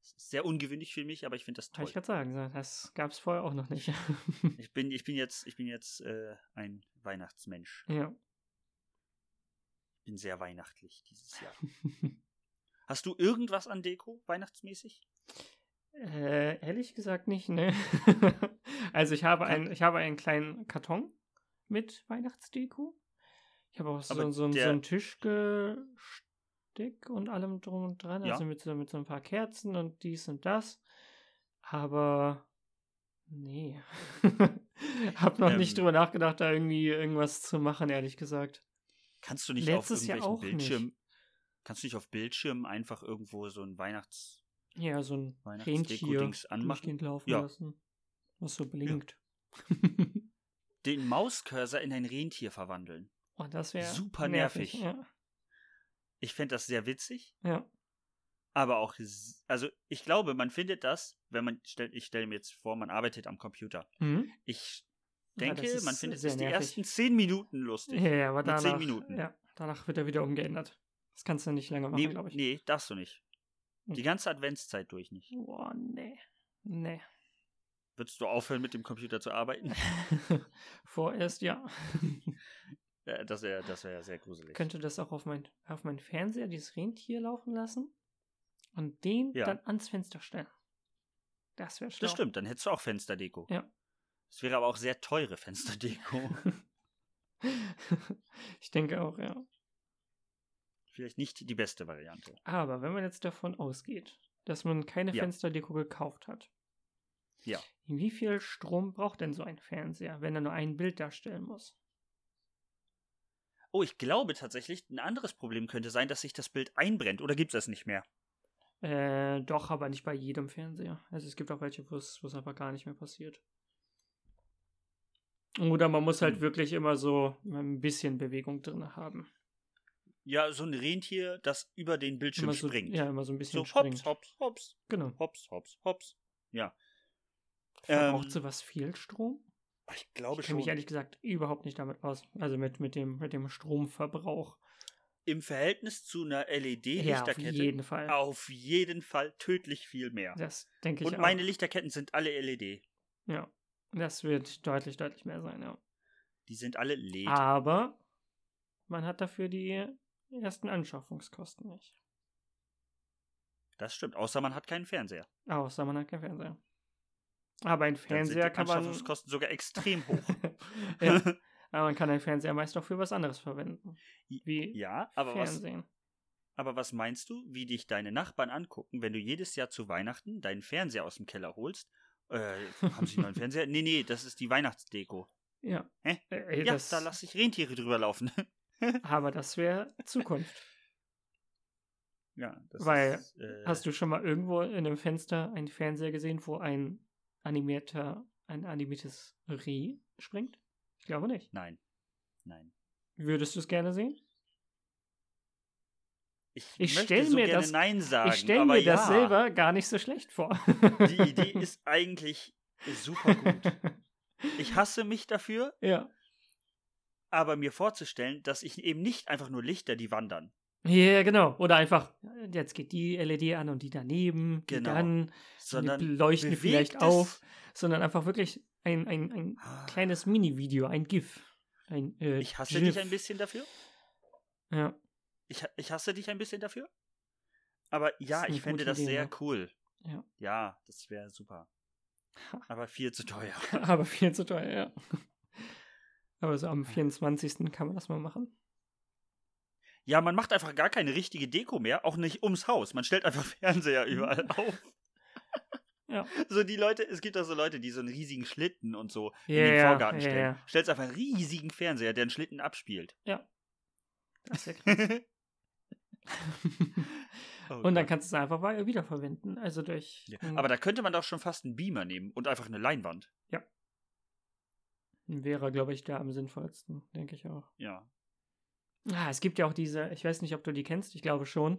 A: Das ist Sehr ungewöhnlich für mich, aber ich finde das
B: Kann
A: toll.
B: ich gerade sagen, so, das gab es vorher auch noch nicht.
A: Ich bin, ich bin jetzt, ich bin jetzt äh, ein Weihnachtsmensch.
B: ja.
A: Ich bin sehr weihnachtlich dieses Jahr. Hast du irgendwas an Deko weihnachtsmäßig?
B: Äh, ehrlich gesagt nicht, ne? also ich habe, ein, ich habe einen kleinen Karton mit Weihnachtsdeko. Ich habe auch so,
A: Aber
B: so, so
A: der-
B: einen Tischgesteck und allem drum und dran.
A: Ja.
B: Also mit so, mit so ein paar Kerzen und dies und das. Aber nee. hab noch
A: Ähm.
B: nicht drüber nachgedacht, da irgendwie irgendwas zu machen, ehrlich gesagt.
A: Kannst du nicht
B: Letztes
A: auf
B: Jahr
A: irgendwelchen
B: auch nicht.
A: Bildschirmen. Kannst du nicht auf Bildschirmen einfach irgendwo so ein Weihnachts.
B: Ja, so ein
A: Weihnachtsdeko
B: Rentier
A: Dings anmachen?
B: durchgehend laufen
A: Ja.
B: lassen, was so blinkt.
A: den Mauscursor in ein Rentier verwandeln?
B: Und Oh, das wäre
A: Super nervig. Ich fände das sehr witzig.
B: Ja. ja.
A: aber auch, s- also ich glaube, man findet das, wenn man, stell, ich stelle mir jetzt vor, man arbeitet am Computer.
B: Mhm.
A: Ich
B: Ja,
A: denke,
B: das ist
A: man findet
B: sehr
A: es die
B: nervig.
A: ersten zehn Minuten lustig.
B: Ja, ja,
A: Nur
B: aber danach,
A: zehn Minuten.
B: Ja, danach wird er wieder umgeändert. Das kannst du nicht lange machen,
A: nee,
B: glaube ich.
A: nee, darfst du nicht.
B: Hm.
A: Die ganze Adventszeit durch nicht.
B: Boah, nee. Nee.
A: Würdest du aufhören, mit dem Computer zu arbeiten?
B: Vorerst ja.
A: Äh, Das wäre das wär ja sehr gruselig.
B: Könnte das auch auf meinen auf mein Fernseher, dieses Rentier laufen lassen und den
A: Ja.
B: dann ans Fenster stellen. Das wäre schlau.
A: das stimmt, dann hättest du auch Fensterdeko.
B: Ja.
A: Es wäre aber auch sehr teure Fensterdeko.
B: ich denke auch, ja.
A: Vielleicht nicht die beste Variante.
B: Aber wenn man jetzt davon ausgeht, dass man keine
A: Ja.
B: Fensterdeko gekauft hat.
A: Ja.
B: Wie viel Strom braucht denn so ein Fernseher, wenn er nur ein Bild darstellen muss?
A: Oh, ich glaube tatsächlich, ein anderes Problem könnte sein, dass sich das Bild einbrennt. Oder gibt es das nicht mehr?
B: Äh, doch, aber nicht bei jedem Fernseher. Also es gibt auch welche, wo es wo es einfach gar nicht mehr passiert. Oder man muss halt
A: Hm.
B: wirklich immer so ein bisschen Bewegung drin haben.
A: Ja, so ein Rentier, das über den Bildschirm
B: immer so,
A: springt.
B: Ja, immer so ein bisschen
A: so
B: springt.
A: hops, hops, hops,
B: Genau.
A: hops, hops, hops.
B: Verbraucht
A: Ähm,
B: sowas viel Strom?
A: Ich glaube
B: ich kenne
A: schon.
B: mich ehrlich gesagt überhaupt nicht damit aus. Also mit, mit, dem, mit dem Stromverbrauch.
A: Im Verhältnis zu einer
B: Ja, auf
A: LED-Lichterkette
B: jeden Fall.
A: auf jeden Fall tödlich viel mehr.
B: Das denke ich
A: Und
B: auch.
A: meine Lichterketten sind alle E LED.
B: ja, das wird deutlich, deutlich mehr sein, ja.
A: Die sind alle E LED.
B: Ah. Aber man hat dafür die ersten Anschaffungskosten nicht.
A: Das stimmt. Außer man hat keinen Fernseher.
B: Außer man hat keinen Fernseher. Aber ein
A: Dann
B: Fernseher
A: sind die
B: kann man.
A: Anschaffungskosten sogar extrem hoch.
B: ja, aber man kann einen Fernseher meist auch für was anderes verwenden. Wie
A: ja, aber was,
B: Fernsehen.
A: aber was meinst du, wie dich deine Nachbarn angucken, wenn du jedes Jahr zu Weihnachten deinen Fernseher aus dem Keller holst? Äh, haben sie einen neuen Fernseher? Nee, nee, das ist die Weihnachtsdeko.
B: Ja.
A: Hä?
B: Äh,
A: ja,
B: das,
A: da lasse ich Rentiere drüber laufen.
B: aber das wäre Zukunft.
A: ja, das
B: Weil,
A: ist, äh,
B: Hast du schon mal irgendwo in einem Fenster einen Fernseher gesehen, wo ein animierter, ein animiertes Reh springt? Ich glaube nicht.
A: Nein. Nein.
B: Würdest du es gerne sehen?
A: Ich,
B: Ich
A: möchte
B: stell
A: so
B: mir
A: gerne
B: das-
A: Nein sagen.
B: ich stelle
A: aber
B: mir das
A: ja,
B: selber gar nicht so schlecht vor.
A: Die Idee ist eigentlich super gut. Ich hasse mich dafür,
B: ja.
A: aber mir vorzustellen, dass ich eben nicht einfach nur Lichter, die wandern.
B: Ja, ja, genau. Oder einfach, jetzt geht die LED an und die daneben, die
A: Genau.
B: dann, die
A: Sondern
B: leuchten
A: bewegtes-
B: vielleicht auf, sondern einfach wirklich ein, ein, ein
A: Ah,
B: kleines Mini-Video, ein GIF. Ein, äh,
A: Ich hasse
B: GIF.
A: dich ein bisschen dafür.
B: Ja,
A: Ich, ha- ich hasse dich ein bisschen dafür. Aber ja,
B: ist eine
A: ich fände
B: gute
A: das
B: Idee,
A: sehr
B: ne?
A: cool.
B: Ja.
A: Ja, das wäre super.
B: Ha.
A: Aber viel zu teuer.
B: aber viel zu teuer, ja. Aber so am 24. kann man das mal machen.
A: Ja, man macht einfach gar keine richtige Deko mehr, auch nicht ums Haus. Man stellt einfach Fernseher überall auf.
B: Mhm. Ja.
A: So die Leute, es gibt auch so Leute, die so einen riesigen Schlitten und so
B: Ja,
A: in den
B: ja,
A: Vorgarten
B: ja,
A: stellen.
B: ja.
A: Stellst einfach einen riesigen Fernseher, der einen Schlitten abspielt. Oh
B: Das wär krass.
A: und
B: und dann kannst du es einfach wei- wiederverwenden. Also durch.
A: ja.
B: ein-
A: Aber da könnte man doch schon fast einen Beamer nehmen und einfach eine Leinwand.
B: wäre, glaube ich, da am sinnvollsten, denke ich auch.
A: Ja.
B: Ah, es gibt ja auch diese, ich weiß nicht, ob du die kennst, ich glaube schon,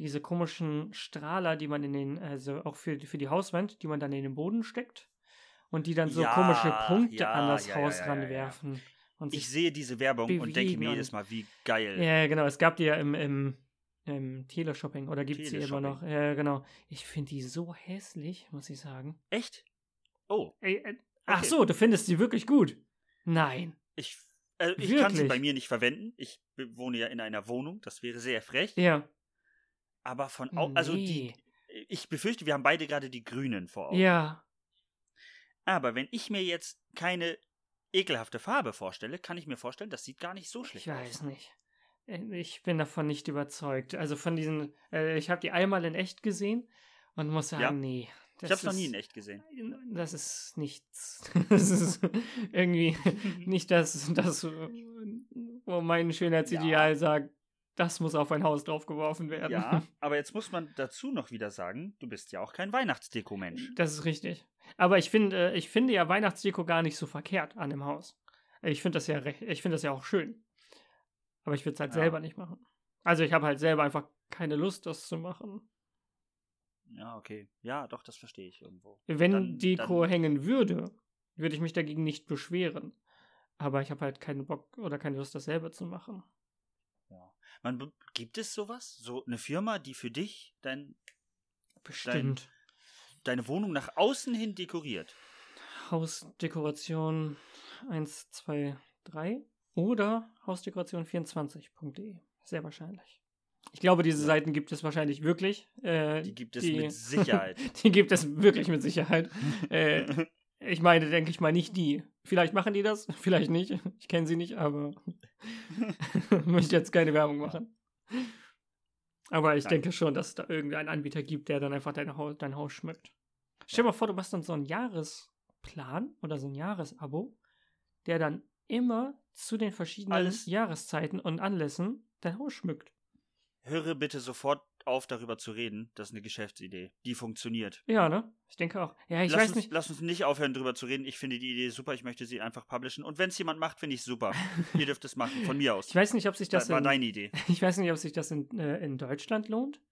B: diese komischen Strahler, die man in den, also auch für, für die Hauswand, die man dann in den Boden steckt und die dann so
A: Ja,
B: komische Punkte
A: ja,
B: an das
A: ja, ja, ja,
B: Haus
A: ja, ja.
B: ranwerfen. Und
A: Ich
B: sich,
A: sehe diese Werbung und denke
B: bewegen
A: mir
B: und-
A: jedes Mal, wie geil.
B: ja, genau, es gab die ja im, im, im Teleshopping oder gibt es sie immer
A: Teleshopping.
B: noch. Ja, genau. Ich finde die so hässlich, muss ich sagen.
A: Echt? Oh,
B: Ey, äh, Ach
A: Okay.
B: so, du findest sie wirklich gut. Nein.
A: ich, äh, ich kann sie
B: Wirklich?
A: bei mir nicht verwenden. Ich be- wohne ja in einer Wohnung, das wäre sehr frech.
B: Ja.
A: Aber von au also die,
B: nee.
A: ich befürchte, wir haben beide gerade die Grünen vor Augen.
B: Ja.
A: Aber wenn ich mir jetzt keine ekelhafte Farbe vorstelle, kann ich mir vorstellen, das sieht gar nicht so schlecht
B: Ich weiß
A: aus.
B: nicht. Äh, Ich bin davon nicht überzeugt. Also von diesen, äh, ich habe die einmal in echt gesehen und muss sagen,
A: Ja.
B: nee.
A: ich habe es noch nie in
B: ist-
A: echt gesehen.
B: Das ist nichts. Das ist irgendwie nicht das, das äh, wo mein Schönheitsideal sagt, das muss auf ein Haus draufgeworfen werden.
A: Ja, aber jetzt muss man dazu noch wieder sagen, du bist ja auch kein Weihnachtsdeko-Mensch.
B: Das ist richtig. Aber ich finde, äh, ich finde ja Weihnachtsdeko gar nicht so verkehrt an dem Haus. Ich finde das ja recht, ich finde das ja auch schön. Aber ich würde es halt
A: Ja.
B: selber nicht machen. Also ich habe halt selber einfach keine Lust, das zu machen.
A: Ja, okay. Ja, doch, das verstehe ich irgendwo.
B: Wenn
A: Dann-
B: Deko
A: dann-
B: hängen würde, würde ich mich dagegen nicht beschweren. Aber ich habe halt keinen Bock oder keine Lust, das selber zu machen.
A: Man, be- gibt es sowas? So eine Firma, die für dich dein,
B: Bestimmt.
A: deine Wohnung nach außen hin dekoriert?
B: Hausdekoration 1, 2, 3 oder hausdekoration24.de. Sehr wahrscheinlich. Ich glaube, diese
A: Ja.
B: Seiten gibt es wahrscheinlich wirklich. Äh,
A: Die gibt es mit Sicherheit.
B: die gibt es wirklich mit Sicherheit. Äh, ich meine, denke ich mal, nicht die. Vielleicht machen die das, vielleicht nicht. Ich kenne sie nicht, aber möchte jetzt keine Werbung machen. Aber ich
A: Nein.
B: denke schon, dass es da irgendeinen Anbieter gibt, der dann einfach dein, Haus- dein Haus schmückt. Stell dir mal vor, du machst dann so einen Jahresplan oder so ein Jahresabo, der dann immer zu den verschiedenen
A: Alles-
B: Jahreszeiten und Anlässen dein Haus schmückt.
A: Höre bitte sofort auf, darüber zu reden. Das ist eine Geschäftsidee. Die funktioniert.
B: Ja, ne? Ich denke auch. Ja, ich
A: lass,
B: weiß
A: uns,
B: nicht.
A: lass uns nicht aufhören, darüber zu reden. Ich finde die Idee super. Ich möchte sie einfach publishen. Und wenn es jemand macht, finde ich super. Ihr dürft es machen. Von mir aus.
B: Ich weiß nicht, ob sich das
A: war
B: in-
A: deine Idee.
B: ich weiß nicht, ob sich das in, äh, in Deutschland lohnt,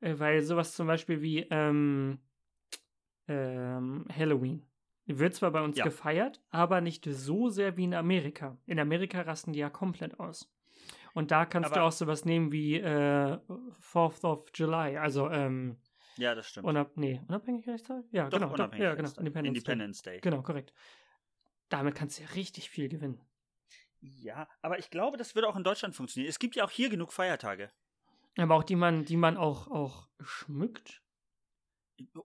B: äh, weil sowas zum Beispiel wie ähm, ähm, Halloween wird zwar bei uns
A: Ja.
B: gefeiert, aber nicht so sehr wie in Amerika. In Amerika rasten die ja komplett aus. Und da kannst du
A: Aber-
B: auch sowas nehmen wie äh, 4th of July, also ähm,
A: Ja, das stimmt.
B: unab nee, Unabhängigkeitstag? Ja,
A: Doch,
B: genau. Doch,
A: unabhängig
B: ja, genau.
A: jetzt dann.
B: Independence,
A: Independence Day.
B: Day. Genau, korrekt. Damit kannst du ja richtig viel gewinnen.
A: Ja, aber ich glaube, das würde auch in Deutschland funktionieren. Es gibt ja auch hier genug Feiertage.
B: Aber auch die man, die man auch, auch schmückt.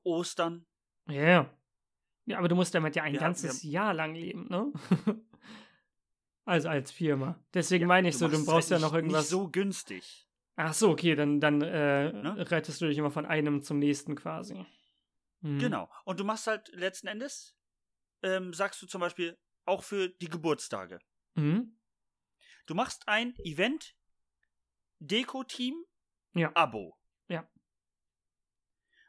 A: Ostern.
B: Ja, ja. Ja, aber du musst damit ja ein
A: Wir haben-
B: ganzes Jahr lang leben, ne? also als Firma. Deswegen meine ich so, du
A: machst es
B: brauchst
A: halt
B: ja noch
A: nicht,
B: irgendwas.
A: Nicht so günstig.
B: Ach so, okay, dann, dann äh,
A: Ne?
B: rettest du dich immer von einem zum nächsten quasi. Mhm.
A: Genau. Und du machst halt letzten Endes, ähm, sagst du zum Beispiel, auch für die Geburtstage.
B: Mhm.
A: Du machst ein Event, Deko-Team,
B: Ja.
A: Abo.
B: Ja.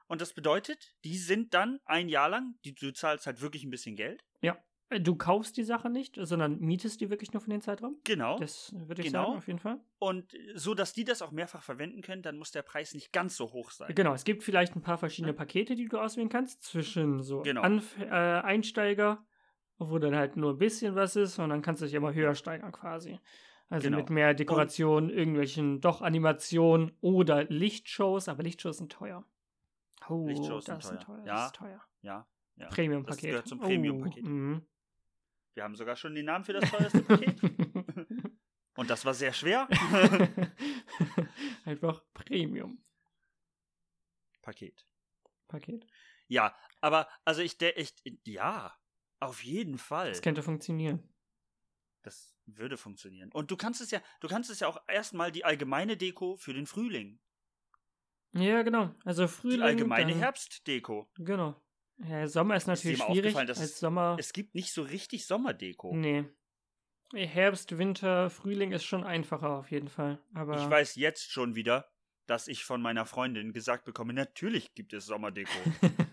A: Und das bedeutet, die sind dann ein Jahr lang, die, du zahlst halt wirklich ein bisschen Geld.
B: Äh, Du kaufst die Sache nicht, sondern mietest die wirklich nur für den Zeitraum.
A: Genau.
B: Das würde ich
A: Genau.
B: sagen, auf jeden Fall.
A: Und so, dass die das auch mehrfach verwenden können, dann muss der Preis nicht ganz so hoch sein.
B: Genau, es gibt vielleicht ein paar verschiedene Pakete, die du auswählen kannst, zwischen so
A: Genau.
B: Anf äh, Einsteiger, wo dann halt nur ein bisschen was ist und dann kannst du dich immer höher steigern quasi. Also
A: Genau.
B: mit mehr Dekoration, irgendwelchen doch Animationen oder Lichtshows, aber Lichtshows sind teuer. Oh,
A: Lichtshows sind
B: das sind teuer.
A: Ja,
B: das ist teuer.
A: ja, ja.
B: Premium-Paket.
A: Das gehört zum Premium-Paket.
B: Oh, mhm.
A: Wir haben sogar schon den Namen für das teuerste Paket. Und das war sehr schwer.
B: Einfach Premium-Paket.
A: Paket. Ja, aber also ich der ich ja, auf jeden Fall.
B: Das könnte funktionieren.
A: Das würde funktionieren. Und du kannst es ja, du kannst es ja auch erstmal die allgemeine Deko für den Frühling,
B: Ja, genau. Also Frühling.
A: die allgemeine
B: dann-
A: Herbstdeko.
B: Genau. Ja, Sommer
A: Ist
B: ist
A: dir
B: natürlich
A: mal
B: schwierig.
A: aufgefallen, dass
B: Als Sommer.
A: Es gibt nicht so richtig Sommerdeko.
B: nee. Herbst, Winter, Frühling ist schon einfacher auf jeden Fall. Aber
A: Ich weiß jetzt schon wieder, dass ich von meiner Freundin gesagt bekomme, natürlich gibt es Sommerdeko.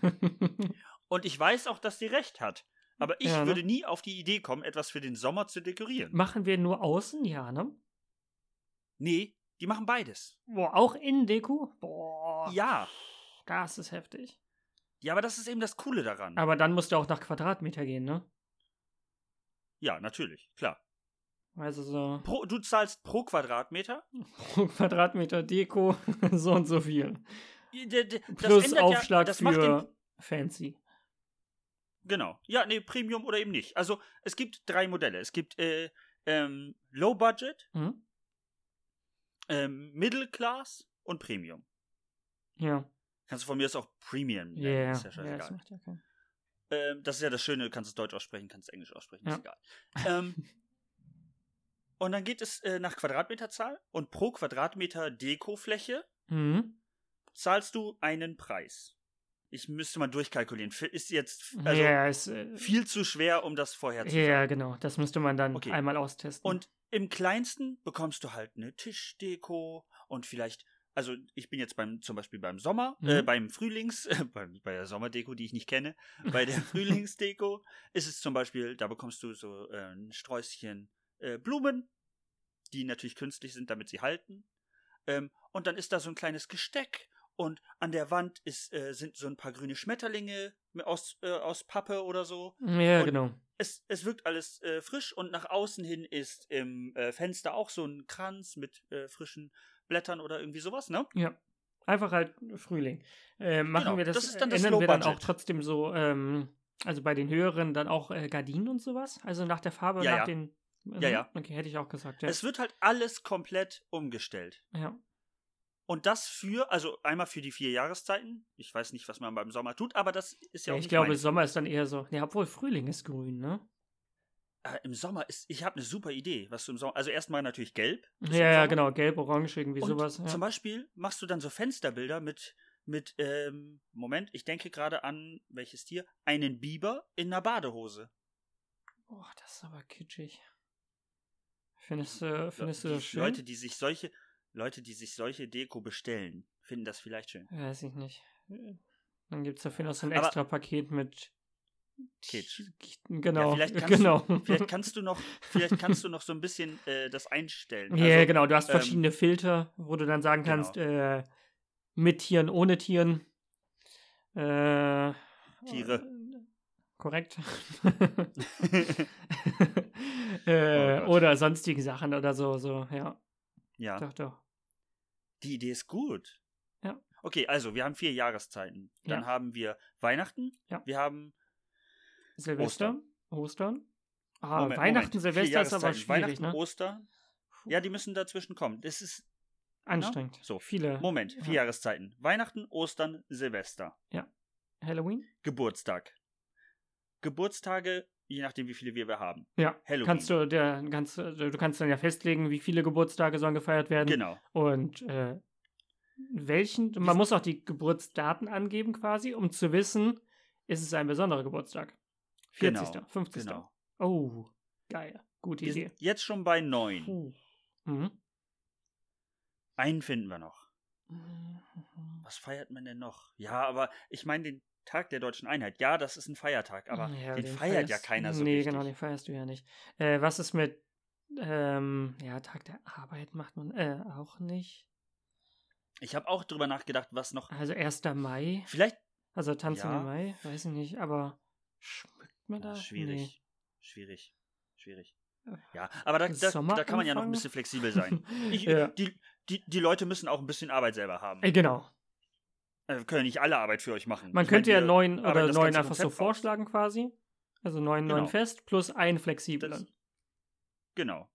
A: Und ich weiß auch, dass sie recht hat. Aber ich
B: Ja, ne?
A: würde nie auf die Idee kommen, etwas für den Sommer zu dekorieren.
B: machen wir nur außen, ja, ne?
A: Nee, die machen beides.
B: Boah, auch in Deko? Boah.
A: Ja,
B: Das ist heftig.
A: ja, aber das ist eben das Coole daran.
B: Aber dann musst du auch nach Quadratmeter gehen, ne?
A: Ja, natürlich, klar.
B: Also so
A: Pro, du zahlst pro Quadratmeter.
B: pro Quadratmeter Deko so und so viel.
A: D- d- das
B: Plus
A: ändert ja,
B: Aufschlag
A: das macht den,
B: für Fancy.
A: genau. Ja, nee, Premium oder eben nicht. Also es gibt drei Modelle. Es gibt äh, ähm, Low Budget,
B: Hm?
A: ähm, Middle Class und Premium.
B: Ja.
A: Kannst du von mir aus auch Premium nennen,
B: Ja, ja,
A: ist ja
B: ja, das
A: scheißegal.
B: macht ja keinen.
A: ähm, das ist ja das Schöne, du kannst es Deutsch aussprechen, kannst es Englisch aussprechen,
B: Ja.
A: ist egal. Ähm, und dann geht es äh, nach Quadratmeterzahl und pro Quadratmeter Dekofläche
B: Mhm.
A: zahlst du einen Preis. Ich müsste mal durchkalkulieren. F- Ist jetzt also
B: ja, ist, äh,
A: viel zu schwer, um das vorher zu
B: Ja, genau. Das müsste man dann
A: Okay.
B: einmal austesten.
A: Und im kleinsten bekommst du halt eine Tischdeko und vielleicht, also ich bin jetzt beim, zum Beispiel beim Sommer, äh,
B: Mhm.
A: beim Frühlings, äh, bei, bei der Sommerdeko, die ich nicht kenne, bei der Frühlingsdeko ist es zum Beispiel, da bekommst du so äh, ein Sträußchen äh, Blumen, die natürlich künstlich sind, damit sie halten. Ähm, und dann ist da so ein kleines Gesteck und an der Wand ist, äh, sind so ein paar grüne Schmetterlinge aus, äh, aus Pappe oder so.
B: Ja,
A: Und-
B: genau.
A: Es, es wirkt alles äh, frisch und nach außen hin ist im äh, Fenster auch so ein Kranz mit äh, frischen Blättern oder irgendwie sowas, ne?
B: Einfach halt Frühling. Äh, machen
A: Genau,
B: wir das,
A: das ist dann das
B: ändern wir dann auch
A: Low-Budget.
B: trotzdem so, ähm, also bei den höheren dann auch äh, Gardinen und sowas? Also nach der Farbe,
A: Ja,
B: nach
A: ja.
B: den. mhm.
A: Ja, ja.
B: Okay, hätte ich auch gesagt, ja.
A: Es wird halt alles komplett umgestellt.
B: ja.
A: Und das für, also einmal für die vier Jahreszeiten. Ich weiß nicht, was man beim Sommer tut, aber das ist ja,
B: ja
A: auch
B: ich
A: nicht
B: glaube,
A: meine-
B: Sommer ist dann eher so. Ja, obwohl Frühling ist grün, ne?
A: äh, Im Sommer ist, ich habe eine super Idee, was du im Sommer, also erstmal natürlich gelb. ist im
B: Ja, ja,
A: Sommer.
B: genau. Gelb, orange, irgendwie
A: Und
B: sowas. Ja.
A: Zum Beispiel machst du dann so Fensterbilder mit, mit, ähm, Moment, ich denke gerade an, welches Tier? Einen Biber in einer Badehose.
B: Oh, das ist aber kitschig. Findest du, findest du
A: Le-
B: das
A: die
B: schön?
A: Leute, die sich solche, Leute, die sich solche Deko bestellen, finden das vielleicht schön.
B: Weiß ich nicht. Dann gibt es dafür noch so ein
A: Aber-
B: extra Paket mit.
A: Kitsch.
B: Genau.
A: Ja, vielleicht kannst du-
B: genau.
A: Vielleicht kannst du noch, vielleicht kannst du noch so ein bisschen äh, das einstellen.
B: Ja,
A: Also,
B: genau. Du hast
A: ähm,
B: verschiedene Filter, wo du dann sagen
A: genau.
B: kannst, äh, mit Tieren, ohne Tieren. Äh,
A: Tiere.
B: Korrekt.
A: Oh
B: genau. äh,
A: Gott.
B: oder sonstigen Sachen oder so, so, ja.
A: ja.
B: Doch, doch.
A: Die Idee ist gut.
B: Ja.
A: Okay, also wir haben vier Jahreszeiten. Dann
B: Ja.
A: haben wir Weihnachten.
B: Ja.
A: Wir haben
B: Silvester, Ostern. Ah,
A: Moment,
B: Weihnachten,
A: Moment.
B: Silvester
A: Vier
B: ist aber
A: Jahreszeiten.
B: schwierig,
A: Weihnachten,
B: ne?
A: Ostern. Ja, die müssen dazwischen kommen. Das ist
B: Anstrengend.
A: ne? So.
B: Viele.
A: Moment, vier
B: Ja.
A: Jahreszeiten. Weihnachten, Ostern, Silvester,
B: Halloween?
A: Geburtstag. Geburtstage, je nachdem wie viele wir wir haben.
B: Ja.
A: Halloween.
B: Kannst du, der, kannst, du du kannst dann ja festlegen, wie viele Geburtstage sollen gefeiert werden.
A: Genau.
B: Und äh, welchen,
A: Wir-
B: man muss auch die Geburtsdaten angeben quasi, um zu wissen, ist es ein besonderer Geburtstag. 40.
A: Genau,
B: 50.
A: Genau.
B: Oh, geil. Gute
A: Wir
B: Idee.
A: sind jetzt schon bei neun.
B: Puh. Mhm.
A: Einen finden wir noch. Was feiert man denn noch? Ja, aber ich meine den Tag der deutschen Einheit. Ja, das ist ein Feiertag, aber
B: Ja,
A: den, feiert ja
B: feierst-
A: keiner so
B: Nee,
A: richtig.
B: genau, den feierst du ja nicht. Äh, was ist mit, ähm, ja, Tag der Arbeit macht man äh, auch nicht.
A: Ich habe auch drüber nachgedacht, was noch.
B: Also 1. Mai,
A: Vielleicht
B: also Tanzen
A: Ja.
B: im Mai, weiß ich nicht, aber schmückt man da?
A: Ja, Ah, schwierig. Schwierig. Schwierig.
B: Äh,
A: Ja, aber da, da, da kann man ja noch
B: Sommeranfang?
A: ein bisschen
B: Nee.
A: flexibel sein. Ich,
B: ja.
A: die, die, die Leute müssen auch ein bisschen Arbeit selber haben.
B: Äh, genau.
A: Äh, Wir können nicht alle Arbeit für euch machen.
B: Man
A: Ich
B: könnte
A: mein,
B: ja
A: wir
B: neun
A: arbeiten
B: oder
A: das
B: neun
A: ganze
B: einfach so
A: Konzept raus.
B: vorschlagen quasi. Also neun, neun
A: Genau.
B: fest plus einen flexiblen.
A: Das- Genau.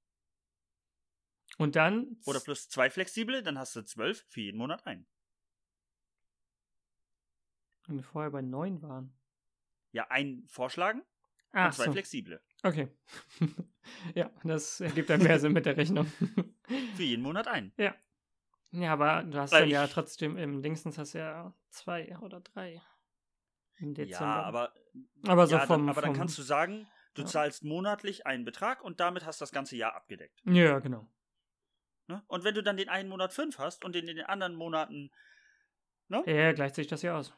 B: Und dann
A: Oder plus zwei flexible, dann hast du zwölf für jeden Monat ein.
B: wenn wir vorher bei neun waren.
A: Ja, ein vorschlagen
B: Ach
A: und zwei
B: so.
A: flexible.
B: Okay. ja, das ergibt dann mehr Sinn mit der Rechnung.
A: Für jeden Monat ein.
B: ja, aber du hast
A: Weil
B: dann ja
A: ich-
B: trotzdem im Dingsens hast du ja zwei oder drei im Dezember.
A: Ja, aber,
B: aber so
A: ja,
B: vom,
A: dann, aber
B: vom
A: dann kannst du sagen, du
B: Ja.
A: zahlst monatlich einen Betrag und damit hast das ganze Jahr abgedeckt.
B: Ja, genau.
A: Ne? Und wenn du dann den einen Monat fünf hast und den in den anderen Monaten,
B: Ja, gleicht sich das ja aus.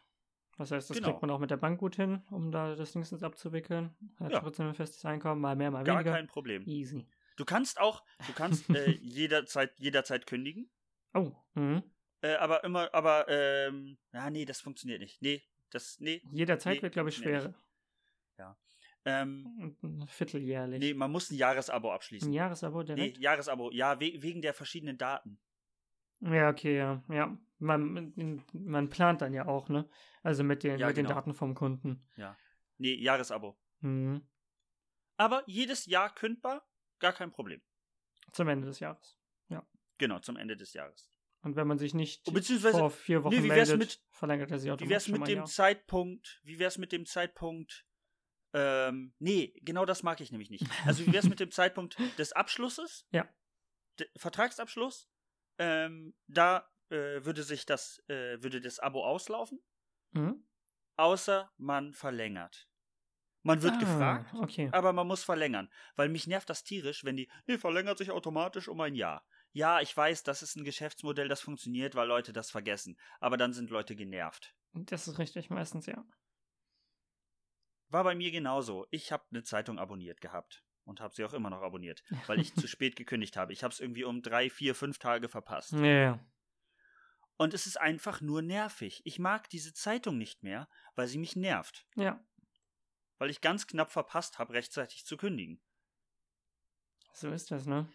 B: Das heißt, das
A: Genau.
B: kriegt man auch mit der Bank gut hin, um da das Dingsens abzuwickeln. Hat
A: Ja.
B: trotzdem ein festes Einkommen, mal mehr, mal
A: gar
B: weniger.
A: kein Problem.
B: Easy.
A: Du kannst auch, du kannst äh, jederzeit, jederzeit kündigen,
B: Oh, mhm.
A: äh, aber immer, aber, ähm, ah, nee, das funktioniert nicht. Nee, das, nee,
B: Jederzeit
A: Nee,
B: wird, glaube ich,
A: nee, nicht.
B: schwer.
A: ähm,
B: Vierteljährlich.
A: nee, man muss ein Jahresabo
B: Ein
A: abschließen.
B: Jahresabo
A: Nee,
B: direkt.
A: Jahresabo, ja, we wegen der verschiedenen Daten.
B: Ja, okay, ja. ja. Man, man plant dann ja auch, ne? Also mit den,
A: Ja,
B: mit den
A: genau.
B: Daten vom Kunden.
A: Nee, Jahresabo.
B: Mhm.
A: Aber jedes Jahr kündbar, gar kein Problem.
B: Zum Ende des Jahres.
A: Genau, zum Ende des Jahres.
B: Und wenn man sich nicht
A: Oh, beziehungsweise,
B: vor vier Wochen
A: wie wär's
B: meldet,
A: mit-
B: verlängert er sich
A: Wie
B: automatisch
A: wär's
B: um
A: mit
B: ein
A: dem
B: Jahr.
A: Zeitpunkt? Wie wär's mit dem Zeitpunkt? Ähm, nee, genau das mag ich nämlich nicht. Also wie wär's mit dem Zeitpunkt des Abschlusses?
B: Ja.
A: D Vertragsabschluss? Ähm, da äh, würde sich das, äh, würde das Abo auslaufen,
B: Mhm.
A: außer man verlängert. Man wird
B: Ah,
A: gefragt,
B: Okay.
A: aber man muss verlängern. Weil mich nervt das tierisch, wenn die, nee, verlängert sich automatisch um ein Jahr. Ja, ich weiß, das ist ein Geschäftsmodell, das funktioniert, weil Leute das vergessen. Aber dann sind Leute genervt.
B: Das ist richtig, meistens, ja.
A: War bei mir genauso. Ich habe eine Zeitung abonniert gehabt und habe sie auch immer noch abonniert, weil ich zu spät gekündigt habe. Ich habe es irgendwie um drei, vier, fünf Tage verpasst.
B: Ja, ja.
A: Und es ist einfach nur nervig. Ich mag diese Zeitung nicht mehr, weil sie mich nervt.
B: Ja.
A: Weil ich ganz knapp verpasst habe, rechtzeitig zu kündigen.
B: So ist das, ne?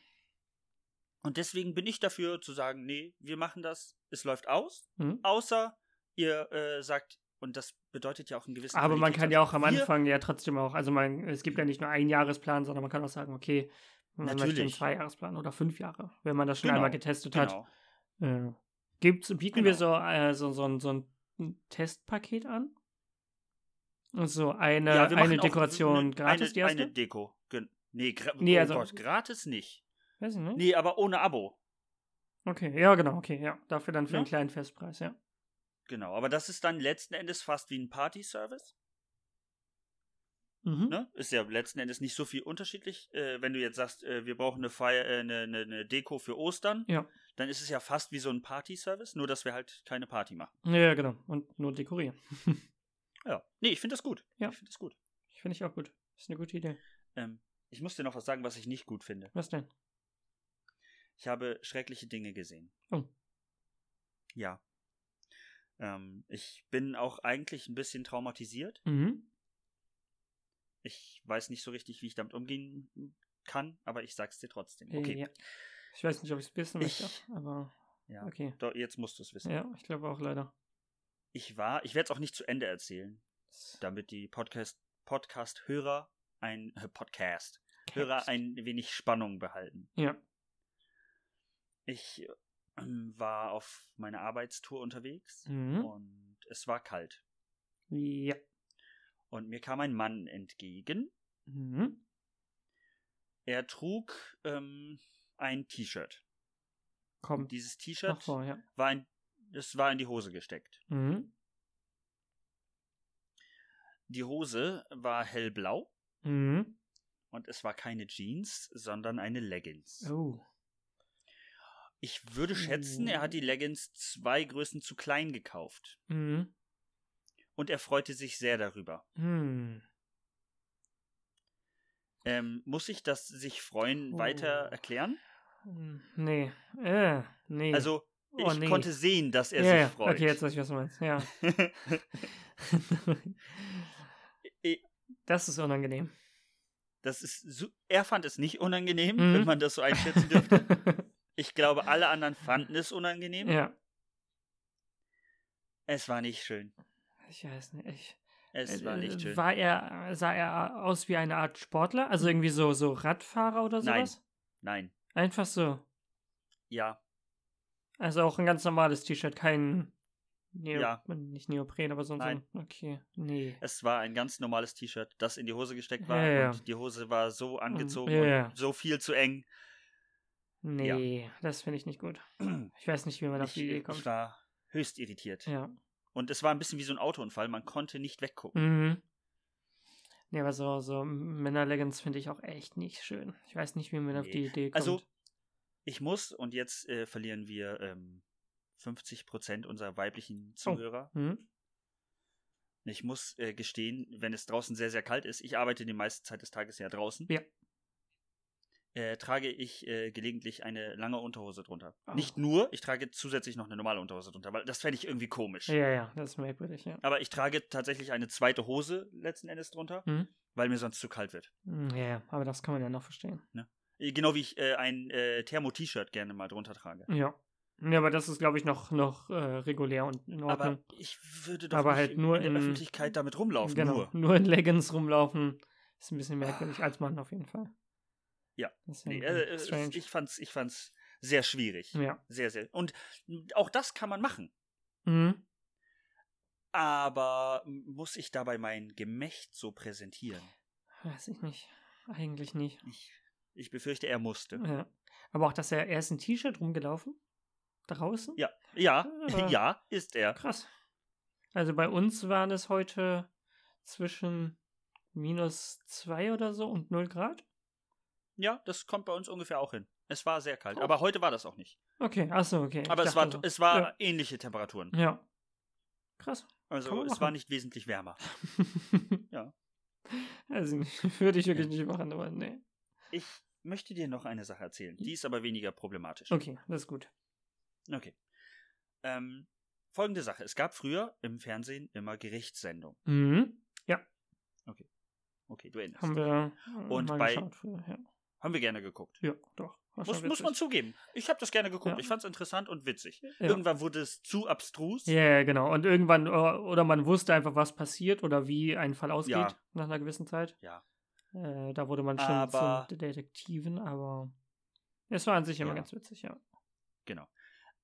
A: Und deswegen bin ich dafür zu sagen, nee, wir machen das, es läuft aus,
B: Mhm.
A: außer ihr äh, sagt, und das bedeutet ja auch einen gewissen
B: Aber man kann ja auch am
A: Qualitätsanspruch.
B: Anfang ja trotzdem auch, also man, es gibt ja nicht nur einen Jahresplan, sondern man kann auch sagen, okay, man möchte einen
A: Natürlich.
B: Zweijahresplan oder fünf Jahre, wenn man das schon
A: Genau,
B: einmal getestet
A: wir,
B: hat. Äh, gibt's, bieten wir so,
A: Genau.
B: äh, so, so, ein- so ein Testpaket an? So eine,
A: Genau. Ja, wir machen
B: eine
A: auch
B: Dekoration
A: eine,
B: gratis,
A: eine,
B: die erste?
A: Eine Deko. Gen- Nee, gra
B: Nee,
A: oh
B: also-
A: Gott, gratis nicht.
B: Weiß ich nicht.
A: Nee, aber ohne Abo.
B: Okay, ja, genau, okay, ja. Dafür dann für
A: Ja.
B: einen kleinen Festpreis, ja.
A: Genau, aber das ist dann letzten Endes fast wie ein Party-Service.
B: Mhm.
A: Ne? Ist ja letzten Endes nicht so viel unterschiedlich. Äh, wenn du jetzt sagst, äh, wir brauchen eine, Feier, äh, eine, eine, eine Deko für Ostern,
B: Ja.
A: dann ist es ja fast wie so ein Party-Service, nur dass wir halt keine Party machen.
B: Ja, genau. Und nur dekorieren.
A: Ja. Nee, ich finde das gut.
B: Ja.
A: Ich finde das gut.
B: Finde ich auch gut. Ist eine gute Idee.
A: Ähm, ich muss dir noch was sagen, was ich nicht gut finde.
B: Was denn?
A: Ich habe schreckliche Dinge gesehen.
B: Oh.
A: Ja. Ähm, ich bin auch eigentlich ein bisschen traumatisiert.
B: Mhm.
A: Ich weiß nicht so richtig, wie ich damit umgehen kann, aber ich sag's dir trotzdem. Okay.
B: Äh, ja. Ich weiß nicht, ob ich es wissen
A: Ich-
B: möchte, aber
A: Ja.
B: okay.
A: Do- Jetzt musst du es wissen.
B: Ja, ich glaube auch leider.
A: Ich war, ich werde es auch nicht zu Ende erzählen, damit die Podcast, Podcast-Hörer ein äh, Podcast. Hörer ein wenig Spannung behalten.
B: Ja.
A: Ich ähm, war auf meiner Arbeitstour unterwegs
B: Mhm.
A: und es war kalt.
B: Ja.
A: Und mir kam ein Mann entgegen.
B: Mhm.
A: Er trug ähm, ein T-Shirt.
B: Komm.
A: Dieses
B: Nach
A: T-Shirt
B: vor, ja.
A: war, in- das war in die Hose gesteckt.
B: Mhm.
A: Die Hose war hellblau
B: Mhm.
A: und es war keine Jeans, sondern eine Leggings.
B: Oh.
A: Ich würde schätzen, er hat die Leggings zwei Größen zu klein gekauft.
B: Mhm.
A: Und er freute sich sehr darüber.
B: Mhm.
A: Ähm, muss ich das sich freuen
B: Oh.
A: weiter erklären?
B: Mhm. Nee. Äh, nee.
A: Also, Ich
B: oh, nee.
A: konnte sehen, dass er
B: ja, ja.
A: sich freut.
B: Okay, jetzt weiß ich, was du meinst. Ja.
A: I-
B: das ist unangenehm.
A: das ist su- er fand es nicht unangenehm,
B: Mhm.
A: wenn man das so einschätzen dürfte. ich glaube, alle anderen fanden es unangenehm.
B: ja.
A: Es war nicht schön.
B: Ich weiß nicht. Ich,
A: Es
B: Äh,
A: war
B: äh,
A: nicht schön.
B: War er, sah er aus wie eine Art Sportler? Also irgendwie so, so Radfahrer oder
A: Nein.
B: sowas?
A: Nein.
B: Einfach so.
A: Ja,
B: Also auch ein ganz normales T-Shirt, kein Neo
A: Ja.
B: nicht Neopren, aber so ein- so
A: Nein. Äh,
B: ein. Okay. Nee.
A: es war ein ganz normales T-Shirt, das in die Hose gesteckt war
B: Ja, ja, ja.
A: und die Hose war so angezogen
B: Ja, ja.
A: und so viel zu eng.
B: Nee, das finde ich nicht gut. Ich weiß nicht, wie man auf
A: Ich, äh,
B: die Idee
A: ich
B: kommt.
A: war höchst irritiert.
B: Ja.
A: Und es war ein bisschen wie so ein Autounfall, man konnte nicht weggucken.
B: Mhm. Nee, aber so, so Männerleggings finde ich auch echt nicht schön. Ich weiß nicht, wie man auf
A: Nee.
B: die Idee kommt.
A: Also, ich muss, und jetzt äh, verlieren wir ähm, 50% unserer
B: Oh.
A: weiblichen Zuhörer.
B: Hm?
A: Ich muss äh, gestehen, wenn es draußen sehr, sehr kalt ist, ich arbeite die meiste Zeit des Tages ja draußen.
B: Ja.
A: Äh, trage ich äh, gelegentlich eine lange Unterhose drunter.
B: Oh.
A: Nicht nur, ich trage zusätzlich noch eine normale Unterhose drunter, weil das fände ich irgendwie komisch.
B: Ja, ja, das ist merkwürdig, ja.
A: Aber ich trage tatsächlich eine zweite Hose letzten Endes drunter,
B: Mhm.
A: weil mir sonst zu kalt wird.
B: Ja, ja, aber das kann man ja noch verstehen.
A: Äh, Genau wie ich äh, ein äh, Thermo-T-Shirt gerne mal drunter trage.
B: Ja. Ja, aber das ist, glaube ich, noch, noch äh, regulär und in Ordnung.
A: Aber ich würde doch
B: Aber
A: nicht
B: halt
A: in-
B: nur
A: in der
B: in-
A: Öffentlichkeit damit rumlaufen.
B: genau.
A: Nur.
B: in Leggings rumlaufen ist ein bisschen merkwürdig, als Mann auf jeden Fall.
A: Ja. Nee,
B: Deswegen,
A: äh, es-
B: strange.
A: ich, fand's, ich fand's sehr schwierig.
B: ja.
A: Sehr, sehr. Und auch das kann man machen.
B: Mhm.
A: Aber muss ich dabei mein Gemächt so präsentieren?
B: Weiß ich nicht. Eigentlich nicht.
A: Ich, ich befürchte, er musste.
B: Ja. Aber auch, dass er erst ein T-Shirt rumgelaufen? Draußen?
A: Ja, ja,
B: Ja.
A: ja, ist er.
B: Krass. Also bei uns waren es heute zwischen minus zwei oder so und null Grad.
A: Ja, das kommt bei uns ungefähr auch hin. Es war sehr kalt,
B: Oh.
A: aber heute war das auch nicht.
B: Okay, achso, okay. Ich
A: Aber es war,
B: dachte
A: es war
B: Ja.
A: ähnliche Temperaturen.
B: so. Ja. Krass. Kann
A: Also
B: man
A: es
B: machen.
A: war nicht wesentlich wärmer. Ja.
B: Also nicht- würde ich wirklich nicht machen, aber nee.
A: Ich möchte dir noch eine Sache erzählen. Die ist aber weniger problematisch.
B: Okay, das ist gut.
A: Okay. Ähm, folgende Sache. Es gab früher im Fernsehen immer Gerichtssendungen.
B: Mhm.
A: Okay, du erinnerst.
B: Haben wir äh,
A: Und
B: mal
A: bei-
B: geschaut. Früher, ja.
A: Haben wir gerne geguckt.
B: ja, doch. war schon
A: Muss, muss
B: witzig.
A: man zugeben. Ich habe das gerne geguckt.
B: Ja.
A: Ich fand es interessant und witzig.
B: Ja.
A: Irgendwann wurde es zu abstrus.
B: Ja, ja, genau. Und irgendwann, äh, oder man wusste einfach, was passiert oder wie ein Fall ausgeht
A: Ja.
B: nach einer gewissen Zeit.
A: Ja.
B: Äh, da wurde man schon
A: Aber-
B: zum Detektiven, aber es war an sich immer
A: Ja.
B: ganz witzig, ja.
A: Genau.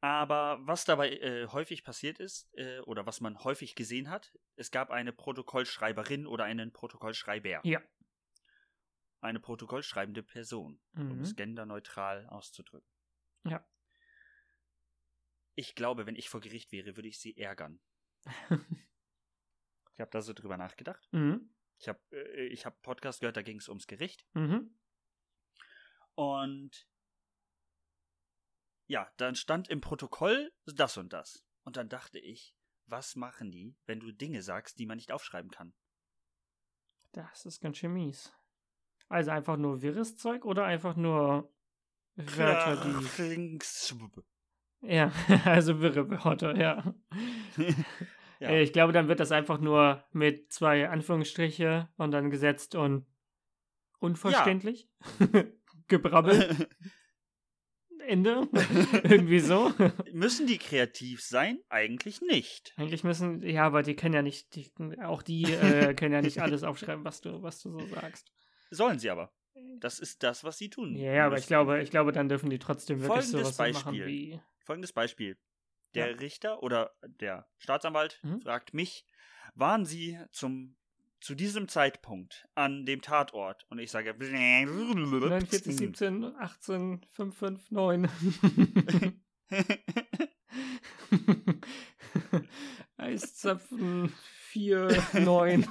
A: Aber was dabei äh, häufig passiert ist, äh, oder was man häufig gesehen hat, es gab eine Protokollschreiberin oder einen Protokollschreiber.
B: Ja.
A: Eine protokollschreibende Person, um
B: Mhm.
A: es genderneutral auszudrücken.
B: Ja.
A: Ich glaube, wenn ich vor Gericht wäre, würde ich sie ärgern. ich habe da so drüber nachgedacht.
B: Mhm.
A: Ich habe äh, ich hab einen Podcast gehört, da ging es ums Gericht.
B: Mhm.
A: Und ja, dann stand im Protokoll das und das. Und dann dachte ich, was machen die, wenn du Dinge sagst, die man nicht aufschreiben kann?
B: Das ist ganz schön mies. Also einfach nur wirres Zeug oder einfach nur Wörter, die.
A: Klings-
B: Ja, also wirre Wörter, ja.
A: ja.
B: Äh, Ich glaube, dann wird das einfach nur mit zwei Anführungsstriche und dann gesetzt und unverständlich. Gebrabbel. Ende. Irgendwie so.
A: Müssen die kreativ sein? Eigentlich nicht.
B: Eigentlich müssen, ja, aber die können ja nicht, die, auch die äh, können ja nicht alles aufschreiben, was du, was du so sagst.
A: Sollen sie aber. Das ist das, was sie tun.
B: Ja, ja, aber ich
A: müssen.
B: glaube, ich glaube, dann dürfen die trotzdem wirklich
A: Folgendes
B: sowas machen
A: Beispiel.
B: wie.
A: Folgendes Beispiel. Der
B: Ja.
A: Richter oder der Staatsanwalt
B: Mhm.
A: fragt mich, waren Sie zum, zu diesem Zeitpunkt an dem Tatort? Und ich sage, Hm.
B: 49,
A: 49,
B: 17, 18, 5, 5, 9. Eiszapfen 4, 9.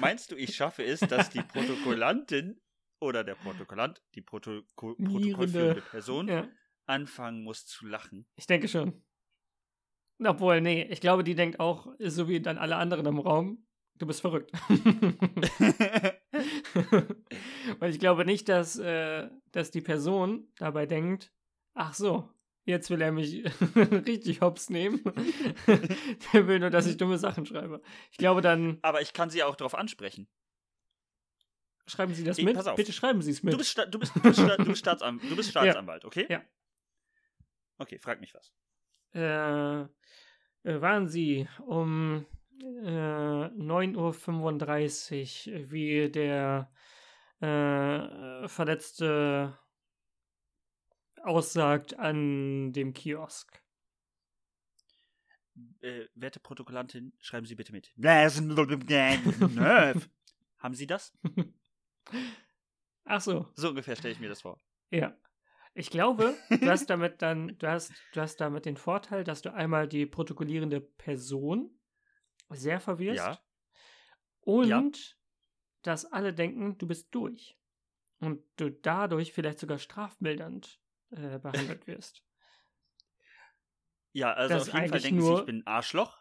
A: Meinst du, ich schaffe es, dass die Protokollantin oder der Protokollant, die Protoko
B: Nierende.
A: protokollführende Person,
B: ja,
A: anfangen muss zu lachen?
B: ich denke schon. Obwohl, nee, ich glaube, die denkt auch, so wie dann alle anderen im Raum, du bist verrückt. Weil ich glaube nicht, dass, äh, dass die Person dabei denkt, ach so, jetzt will er mich richtig hops nehmen. Der will nur, dass ich dumme Sachen schreibe. Ich glaube, dann
A: Aber ich kann sie auch darauf ansprechen.
B: schreiben Sie das
A: Ich-
B: mit.
A: pass auf.
B: Bitte schreiben Sie es mit.
A: Du bist, Sta du bist, du bist, Sta du bist, Staatsan du bist
B: Ja.
A: Staatsanwalt, okay?
B: Ja.
A: Okay, frag mich was.
B: äh, äh, waren Sie um äh, 9.35 Uhr, wie der äh, Verletzte aussagt an dem Kiosk?
A: Äh, werte Protokollantin, schreiben Sie bitte mit. Nerv. Haben Sie das?
B: Ach so,
A: So ungefähr stelle ich mir das vor.
B: ja. Ich glaube, du hast damit dann, du hast, du hast damit den Vorteil, dass du einmal die protokollierende Person sehr verwirrst
A: Ja.
B: und
A: Ja.
B: dass alle denken, du bist durch. Und du dadurch vielleicht sogar strafmildernd äh, behandelt wirst.
A: Ja, also
B: Das
A: auf jeden Fall
B: eigentlich
A: denken Sie,
B: nur-
A: ich bin ein Arschloch.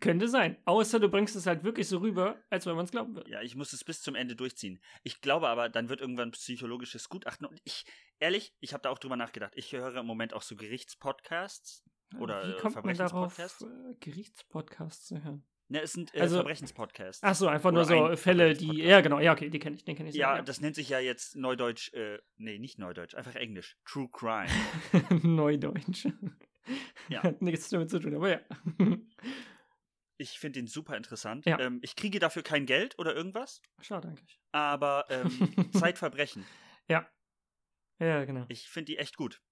B: Könnte sein. Außer du bringst es halt wirklich so rüber, als wenn man es glauben würde.
A: Ja, ich muss es bis zum Ende durchziehen. Ich glaube aber, dann wird irgendwann ein psychologisches Gutachten. Und ich, ehrlich, ich habe da auch drüber nachgedacht. Ich höre im Moment auch so Gerichtspodcasts. Oder,
B: Hm, Wie
A: äh,
B: kommt man darauf,
A: Verbrechenspodcasts?
B: äh, Gerichtspodcasts zu hören?
A: Ne, es sind äh,
B: Also-
A: Verbrechenspodcasts.
B: Ach so, einfach
A: Oder
B: nur so
A: ein
B: Fälle, die.
A: Verbrechenspodcast.
B: Ja, genau, ja, okay, die kenne ich, den kenne ich.
A: ja,
B: sehr,
A: das nennt sich ja jetzt Neudeutsch, äh, nee, nicht Neudeutsch, einfach Englisch. True Crime.
B: Neudeutsch.
A: Ja.
B: Hat nichts damit zu tun, aber ja.
A: Ich finde den super interessant.
B: Ja.
A: Ähm, ich kriege dafür kein Geld oder irgendwas,
B: Schade eigentlich.
A: aber ähm, Zeitverbrechen.
B: Ja, genau.
A: Ich finde die echt gut.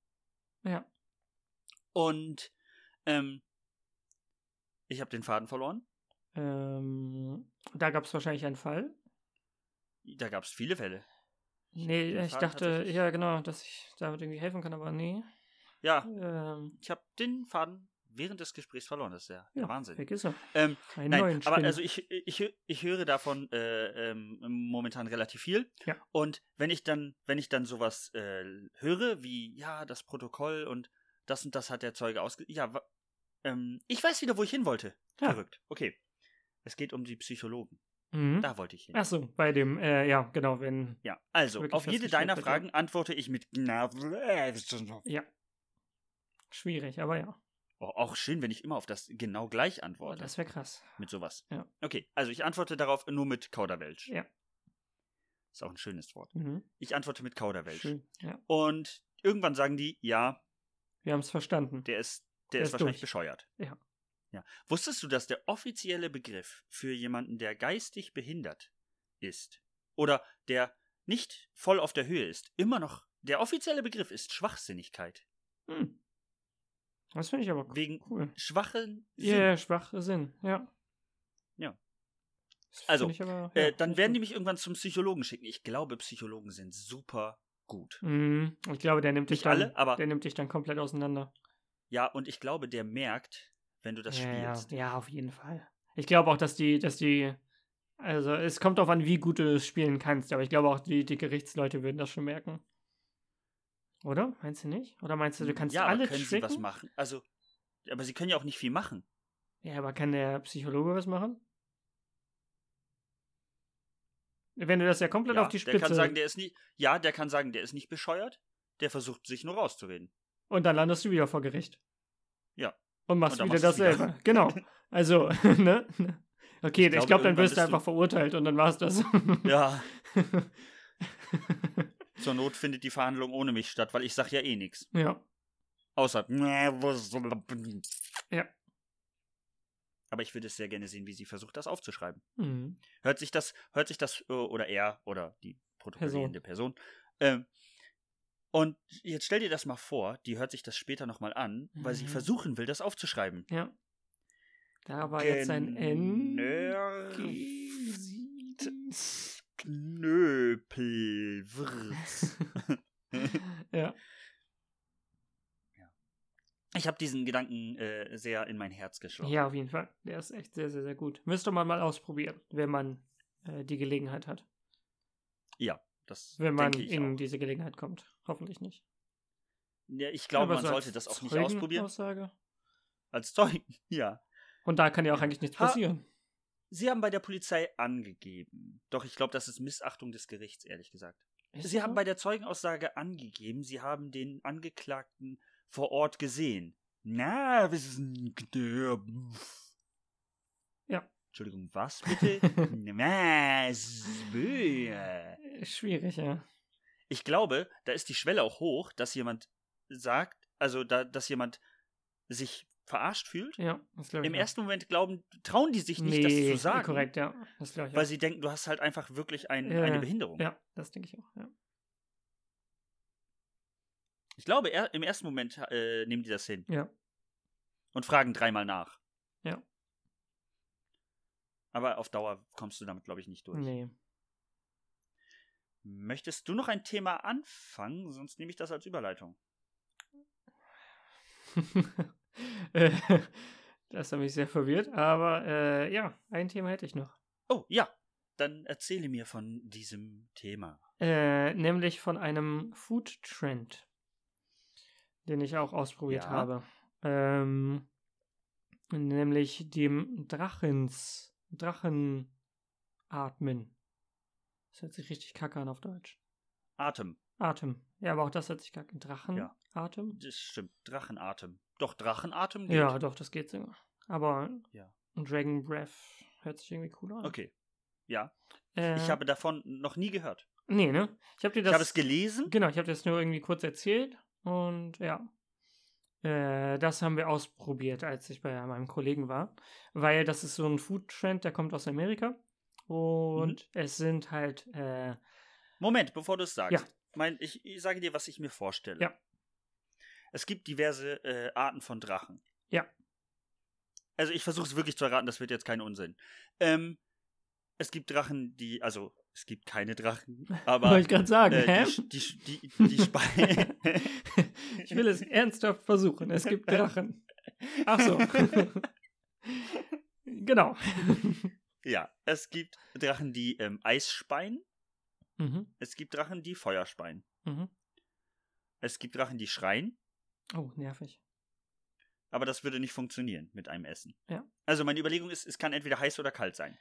B: Ja.
A: Und ähm, ich habe den Faden verloren.
B: Ähm, da gab es wahrscheinlich einen Fall.
A: Da gab es viele Fälle.
B: Nee,
A: den
B: ich
A: Faden
B: dachte,
A: tatsächlich-
B: ja, genau, dass ich damit irgendwie helfen kann, aber nee.
A: Ja,
B: Ähm,
A: ich habe den Faden während des Gesprächs verloren. Das ist ja, der
B: ja,
A: Wahnsinn.
B: Weg ist er.
A: Ähm,
B: Einen
A: Nein,
B: neuen
A: aber
B: Spinner.
A: also ich, ich, ich höre davon äh, ähm, momentan relativ viel.
B: Ja.
A: Und wenn ich dann, wenn ich dann sowas äh, höre, wie, ja, das Protokoll und das und das hat der Zeuge ausge. Ja, wa- ähm, ich weiß wieder, wo ich hin wollte.
B: Ja.
A: Verrückt. Okay. Es geht um die Psychologen.
B: Mhm.
A: Da wollte ich hin.
B: Ach so, bei dem, äh, ja, genau, wenn.
A: Ja, also,
B: Wirklich
A: auf jede
B: festgestellt
A: deiner
B: wird,
A: Fragen antworte ich mit äh, Gnave.
B: Schwierig, aber ja.
A: Oh, auch schön, wenn ich immer auf das genau gleich antworte.
B: Oh, Das wäre krass.
A: mit sowas.
B: Ja.
A: Okay, also ich antworte darauf nur mit Kauderwelsch.
B: Ja.
A: Ist auch ein schönes Wort.
B: Mhm.
A: Ich antworte mit Kauderwelsch.
B: Schön. Ja.
A: Und irgendwann sagen die, ja,
B: Wir haben es verstanden.
A: der ist, der ist,
B: ist
A: wahrscheinlich
B: durch.
A: bescheuert.
B: Ja.
A: ja. Wusstest du, dass der offizielle Begriff für jemanden, der geistig behindert ist oder der nicht voll auf der Höhe ist, immer noch der offizielle Begriff ist Schwachsinnigkeit.
B: Hm. Das finde ich aber co-
A: Wegen
B: cool.
A: schwachen
B: Ja,
A: Sinn.
B: ja, schwacher Sinn, ja.
A: Ja.
B: Das
A: Also,
B: find ich aber, ja,
A: Äh, dann
B: find ich
A: werden die
B: gut.
A: mich irgendwann zum Psychologen schicken. Ich glaube, Psychologen sind super gut.
B: Mhm. Ich glaube, der nimmt dich
A: Nicht
B: dann,
A: alle, aber-
B: der nimmt dich dann komplett auseinander.
A: Ja, und ich glaube, der merkt, wenn du das
B: ja, ja,
A: spielst.
B: ja, auf jeden Fall. Ich glaube auch, dass die, dass die, also es kommt darauf an, wie gut du es spielen kannst, aber ich glaube auch, die, die Gerichtsleute würden das schon merken. Oder? Meinst du nicht? Oder meinst Also du, du kannst
A: Hm, ja,
B: alle
A: aber können
B: tricken?
A: sie was machen? Also, aber sie können ja auch nicht viel machen.
B: Ja, aber kann der Psychologe was machen? Wenn du das ja komplett
A: Ja,
B: auf die
A: der kann
B: Spitze
A: sagen, der ist nicht. Ja, der kann sagen, der ist nicht bescheuert. Der versucht sich nur rauszureden.
B: und dann landest du wieder vor Gericht.
A: Ja.
B: Und machst
A: Und dann
B: wieder
A: machst du's
B: dasselbe. Genau. Also,
A: glaube,
B: ne? Okay, ich glaube, glaub, dann
A: irgendwann
B: wirst
A: bist
B: du
A: du-
B: einfach verurteilt und dann war's das.
A: Ja, zur Not findet die Verhandlung ohne mich statt, weil ich sag ja eh nichts.
B: ja.
A: Außer.
B: Ja.
A: Aber ich würde es sehr gerne sehen, wie sie versucht, das aufzuschreiben.
B: Mhm.
A: Hört sich das, hört sich das, äh, oder er oder die protokollierende Person. Ähm, und jetzt stell dir das mal vor, die hört sich das später nochmal an, weil sie
B: Mhm.
A: versuchen will, das aufzuschreiben.
B: Ja. Da war jetzt ein
A: Genau.
B: N.
A: Genervt. Knöpelwürz.
B: ja.
A: Ich habe diesen Gedanken äh, sehr in mein Herz geschlossen.
B: ja, auf jeden Fall. Der ist echt sehr, sehr, sehr gut. Müsste man mal ausprobieren, wenn man äh, die Gelegenheit hat.
A: das
B: Wenn man
A: denke ich
B: in
A: auch.
B: diese Gelegenheit kommt. Hoffentlich nicht.
A: Ja, ich glaube,
B: Aber
A: man
B: so als
A: sollte das auch nicht
B: Zeugen-
A: ausprobieren.
B: Aussage.
A: Als Zeugen, ja.
B: Und da kann ja auch eigentlich nichts
A: Ha-
B: passieren.
A: Sie haben bei der Polizei angegeben. Doch ich glaube, das ist Missachtung des Gerichts, ehrlich gesagt. Sie haben bei der Zeugenaussage angegeben, Sie haben den Angeklagten vor Ort gesehen. Na, was ist ein Knirben?
B: Ja.
A: Entschuldigung, was bitte? Na, was?
B: Schwierig, ja.
A: Ich glaube, da ist die Schwelle auch hoch, dass jemand sagt, also da, dass jemand sich verarscht fühlt.
B: Ja, das glaube ich.
A: Im
B: auch.
A: ersten Moment glauben, trauen die sich nicht,
B: nee,
A: das zu sagen.
B: korrekt, ja. Das glaube ich.
A: Weil
B: auch.
A: sie denken, du hast halt einfach wirklich ein,
B: Ja,
A: eine
B: ja.
A: Behinderung.
B: ja, das denke ich auch. Ja.
A: Ich glaube, er, im ersten Moment äh, nehmen die das hin.
B: Ja.
A: Und fragen dreimal nach.
B: Ja.
A: Aber auf Dauer kommst du damit, glaube ich, nicht durch.
B: Nee.
A: Möchtest du noch ein Thema anfangen? Sonst nehme ich das als Überleitung.
B: Äh, das hat mich sehr verwirrt, aber äh, ja, ein Thema hätte ich noch.
A: Oh, ja. Dann erzähle mir von diesem Thema.
B: Äh, nämlich von einem Food Trend, den ich auch ausprobiert
A: Ja.
B: habe. Ähm, nämlich dem Drachens, Drachenatmen. Das hört sich richtig kacke an auf Deutsch.
A: Atem.
B: Atem. Ja, aber auch das hört sich kacke. Drachenatem?
A: Ja.
B: Atem?
A: Das stimmt. Drachenatem. Doch, Drachenatem geht.
B: Ja, doch, das geht sogar. Aber
A: Ja.
B: Dragon Breath hört sich irgendwie cooler an.
A: Okay. Ja.
B: Äh,
A: Ich habe davon noch nie gehört.
B: Nee, ne? Ich habe dir das.
A: ich habe es gelesen.
B: Genau, ich habe das nur irgendwie kurz erzählt und ja. Äh, das haben wir ausprobiert, als ich bei meinem Kollegen war. Weil das ist so ein Food-Trend, der kommt aus Amerika. Und es sind halt, äh,
A: Moment, bevor du es sagst.
B: Ja.
A: Mein, ich, ich sage dir, was ich mir vorstelle.
B: Ja.
A: Es gibt diverse äh, Arten von Drachen.
B: Ja.
A: Also ich versuche es wirklich zu erraten, das wird jetzt kein Unsinn. Ähm, es gibt Drachen, die, also es gibt keine Drachen,
B: wollte
A: aber
B: ich gerade sagen,
A: äh,
B: hä?
A: die, die, die, die Speisen.
B: ich will es ernsthaft versuchen. Es gibt Drachen. Ach so. genau.
A: ja, es gibt Drachen, die ähm, Eis speien.
B: mhm.
A: Es gibt Drachen, die Feuer speien.
B: Mhm.
A: Es gibt Drachen, die schreien.
B: Oh, nervig.
A: Aber das würde nicht funktionieren mit einem Essen.
B: Ja.
A: Also meine Überlegung ist, es kann entweder heiß oder kalt sein.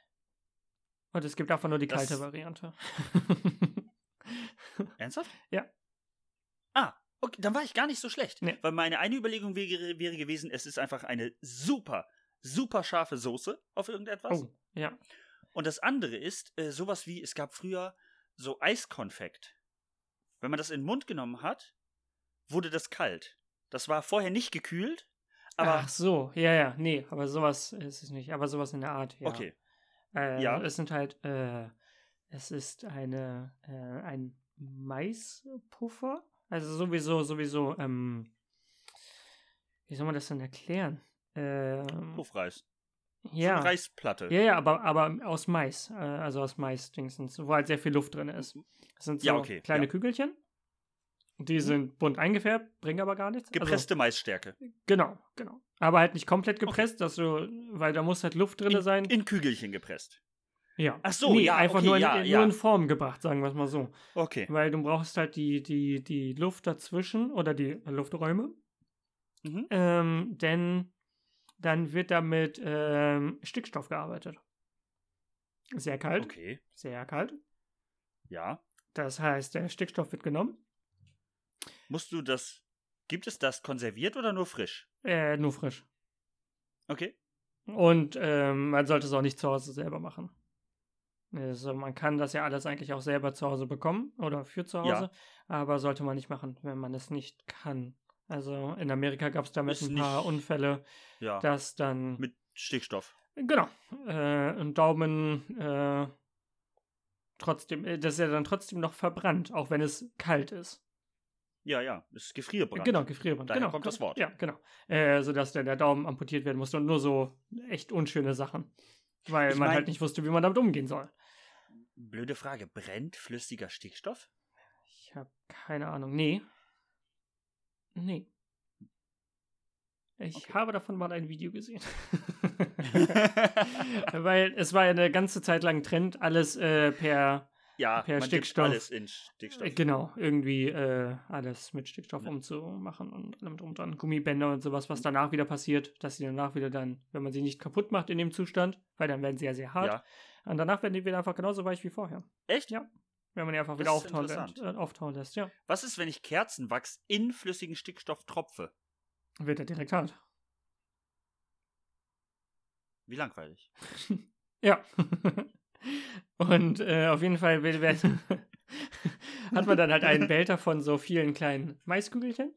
B: Und es gibt einfach nur die
A: Das-
B: kalte Variante.
A: Ernsthaft?
B: Ja.
A: Ah, okay, dann war ich gar nicht so schlecht.
B: Nee.
A: Weil meine eine Überlegung wäre, wäre gewesen, es ist einfach eine super, super scharfe Soße auf irgendetwas.
B: oh, ja.
A: Und das andere ist äh, sowas wie, es gab früher so Eiskonfekt. Wenn man das in den Mund genommen hat, wurde das kalt. Das war vorher nicht gekühlt, aber
B: Ach so, ja, ja, nee, aber sowas ist es nicht. Aber sowas in der Art, ja.
A: okay.
B: Äh,
A: Ja.
B: Es sind halt, äh, es ist eine, äh, ein Maispuffer. Also sowieso, sowieso, ähm, wie soll man das denn erklären? Ähm,
A: Puffreis. So
B: ja.
A: eine Reisplatte.
B: ja, also ja, aber, aber aus Mais, äh, also aus Mais-Dingsens, wo halt sehr viel Luft drin ist. Das sind so
A: Ja, okay,
B: kleine
A: ja. Mhm.
B: Kügelchen. Die sind bunt eingefärbt, bringen aber gar nichts. Also-
A: Gepresste Maisstärke.
B: Genau, genau. Aber halt nicht komplett gepresst, dass du, weil da muss halt Luft drin sein.
A: In Kügelchen gepresst.
B: ja.
A: Ach so, ja,
B: einfach
A: okay,
B: nur, in,
A: ja,
B: nur
A: ja.
B: in Form gebracht, sagen wir es mal so.
A: Okay.
B: Weil du brauchst halt die, die, die Luft dazwischen oder die Lufträume.
A: Mhm.
B: Ähm, denn dann wird damit ähm, Stickstoff gearbeitet. Sehr kalt,
A: Okay.
B: sehr kalt.
A: Ja.
B: Das heißt, der Stickstoff wird genommen,
A: Musst du das. Gibt es das konserviert oder nur frisch?
B: äh, nur frisch.
A: Okay.
B: Und ähm, man sollte es auch nicht zu Hause selber machen. Also man kann das ja alles eigentlich auch selber zu Hause bekommen oder für zu
A: Ja.
B: Hause, aber sollte man nicht machen, wenn man es nicht kann. Also in Amerika gab es damit
A: Ist
B: ein paar
A: nicht-
B: Unfälle,
A: Ja.
B: dass dann
A: Mit Stickstoff.
B: genau äh, ein Daumen äh, trotzdem, äh, das ist ja dann trotzdem noch verbrannt, auch wenn es kalt ist.
A: Ja, ja. Ist Gefrierbrand.
B: Genau, Gefrierbrand.
A: Daher
B: genau,
A: kommt das Wort.
B: Ja, genau. Äh, sodass der, der Daumen amputiert werden musste und nur so echt unschöne Sachen. Weil
A: Ich
B: man
A: mein-
B: halt nicht wusste, wie man damit umgehen soll.
A: Blöde Frage. Brennt flüssiger Stickstoff?
B: Ich habe keine Ahnung. Nee. Nee. Ich
A: Okay.
B: habe davon mal ein Video gesehen. Weil es war ja eine ganze Zeit lang Trend, alles äh, per,
A: ja,
B: Per
A: man
B: Stickstoff.
A: gibt alles in Stickstoff.
B: äh, genau, irgendwie äh, alles mit Stickstoff
A: Ja.
B: umzumachen und allem drum und dran. Gummibänder und sowas, was danach wieder passiert, dass sie danach wieder dann, wenn man sie nicht kaputt macht in dem Zustand, weil dann werden sie ja sehr hart,
A: Ja.
B: und danach werden die wieder einfach genauso weich wie vorher.
A: Echt?
B: Ja. Wenn man die einfach
A: Das
B: wieder
A: ist
B: auftauen, lässt, äh,
A: interessant.
B: auftauen lässt, ja.
A: Was ist, wenn ich Kerzenwachs in flüssigen Stickstoff tropfe?
B: Wird er direkt hart.
A: Wie langweilig.
B: Ja. Und äh, auf jeden Fall wird, wird, hat man dann halt einen Behälter von so vielen kleinen Maiskügelchen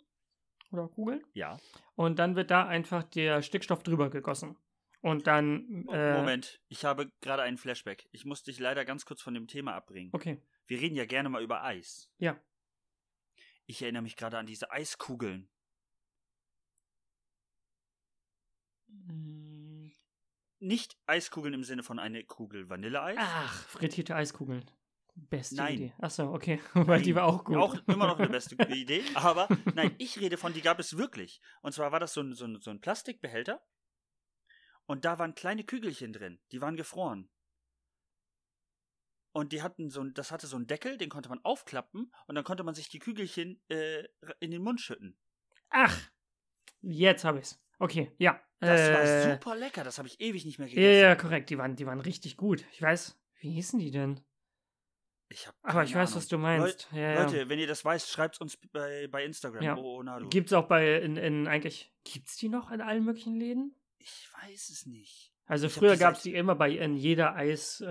B: oder Kugeln.
A: Ja.
B: Und dann wird da einfach der Stickstoff drüber gegossen. Und dann.
A: Oh,
B: Äh,
A: Moment, ich habe gerade einen Flashback. Ich muss dich leider ganz kurz von dem Thema abbringen.
B: Okay.
A: Wir reden ja gerne mal über Eis.
B: Ja.
A: Ich erinnere mich gerade an diese Eiskugeln. Hm, Nicht Eiskugeln im Sinne von eine Kugel Vanilleeis.
B: Ach, frittierte Eiskugeln. Beste
A: Nein.
B: Idee. Achso, okay. Weil die war auch gut.
A: Auch immer noch eine beste Idee. Aber nein, ich rede von, die gab es wirklich. Und zwar war das so ein, so ein, so ein Plastikbehälter. Und da waren kleine Kügelchen drin. Die waren gefroren. Und die hatten so ein, das hatte so einen Deckel, den konnte man aufklappen und dann konnte man sich die Kügelchen äh, in den Mund schütten.
B: Ach, jetzt habe ich's. Okay, ja.
A: Das
B: äh,
A: war super lecker, das habe ich ewig nicht mehr
B: Ja,
A: gegessen.
B: ja, korrekt. Die waren, die waren richtig gut. Ich weiß, wie hießen die denn?
A: Ich hab
B: Aber ich
A: keine
B: weiß,
A: Ahnung.
B: was du meinst. ja, ja.
A: Leute, wenn ihr das weißt, schreibt uns bei, bei Instagram.
B: Ja.
A: Oh, na du.
B: Gibt's auch bei, in, in eigentlich, gibt's die noch in allen möglichen Läden?
A: ich weiß es nicht.
B: Also
A: Ich hab
B: früher
A: die
B: gab's
A: seit-
B: die immer bei, in jeder Eis, äh,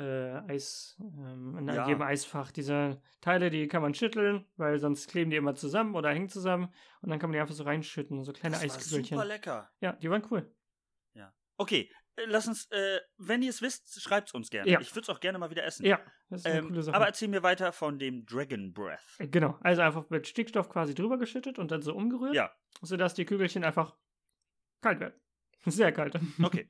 B: Eis, ähm, in
A: Ja.
B: jedem Eisfach. Diese Teile, die kann man schütteln, weil sonst kleben die immer zusammen oder hängen zusammen. Und dann kann man die einfach so reinschütten, so kleine
A: Das war super
B: Eiskügelchen.
A: lecker.
B: Ja, die waren cool.
A: Okay, äh, lass uns, äh, wenn ihr es wisst, schreibt es uns gerne.
B: Ja.
A: Ich würde es auch gerne mal wieder essen.
B: Ja, das ist eine
A: ähm,
B: coole Sache.
A: aber erzähl mir weiter von dem Dragon Breath.
B: Genau, also einfach mit Stickstoff quasi drüber geschüttet und dann so umgerührt,
A: Ja.
B: sodass die Kügelchen einfach kalt werden. Sehr kalt.
A: Okay.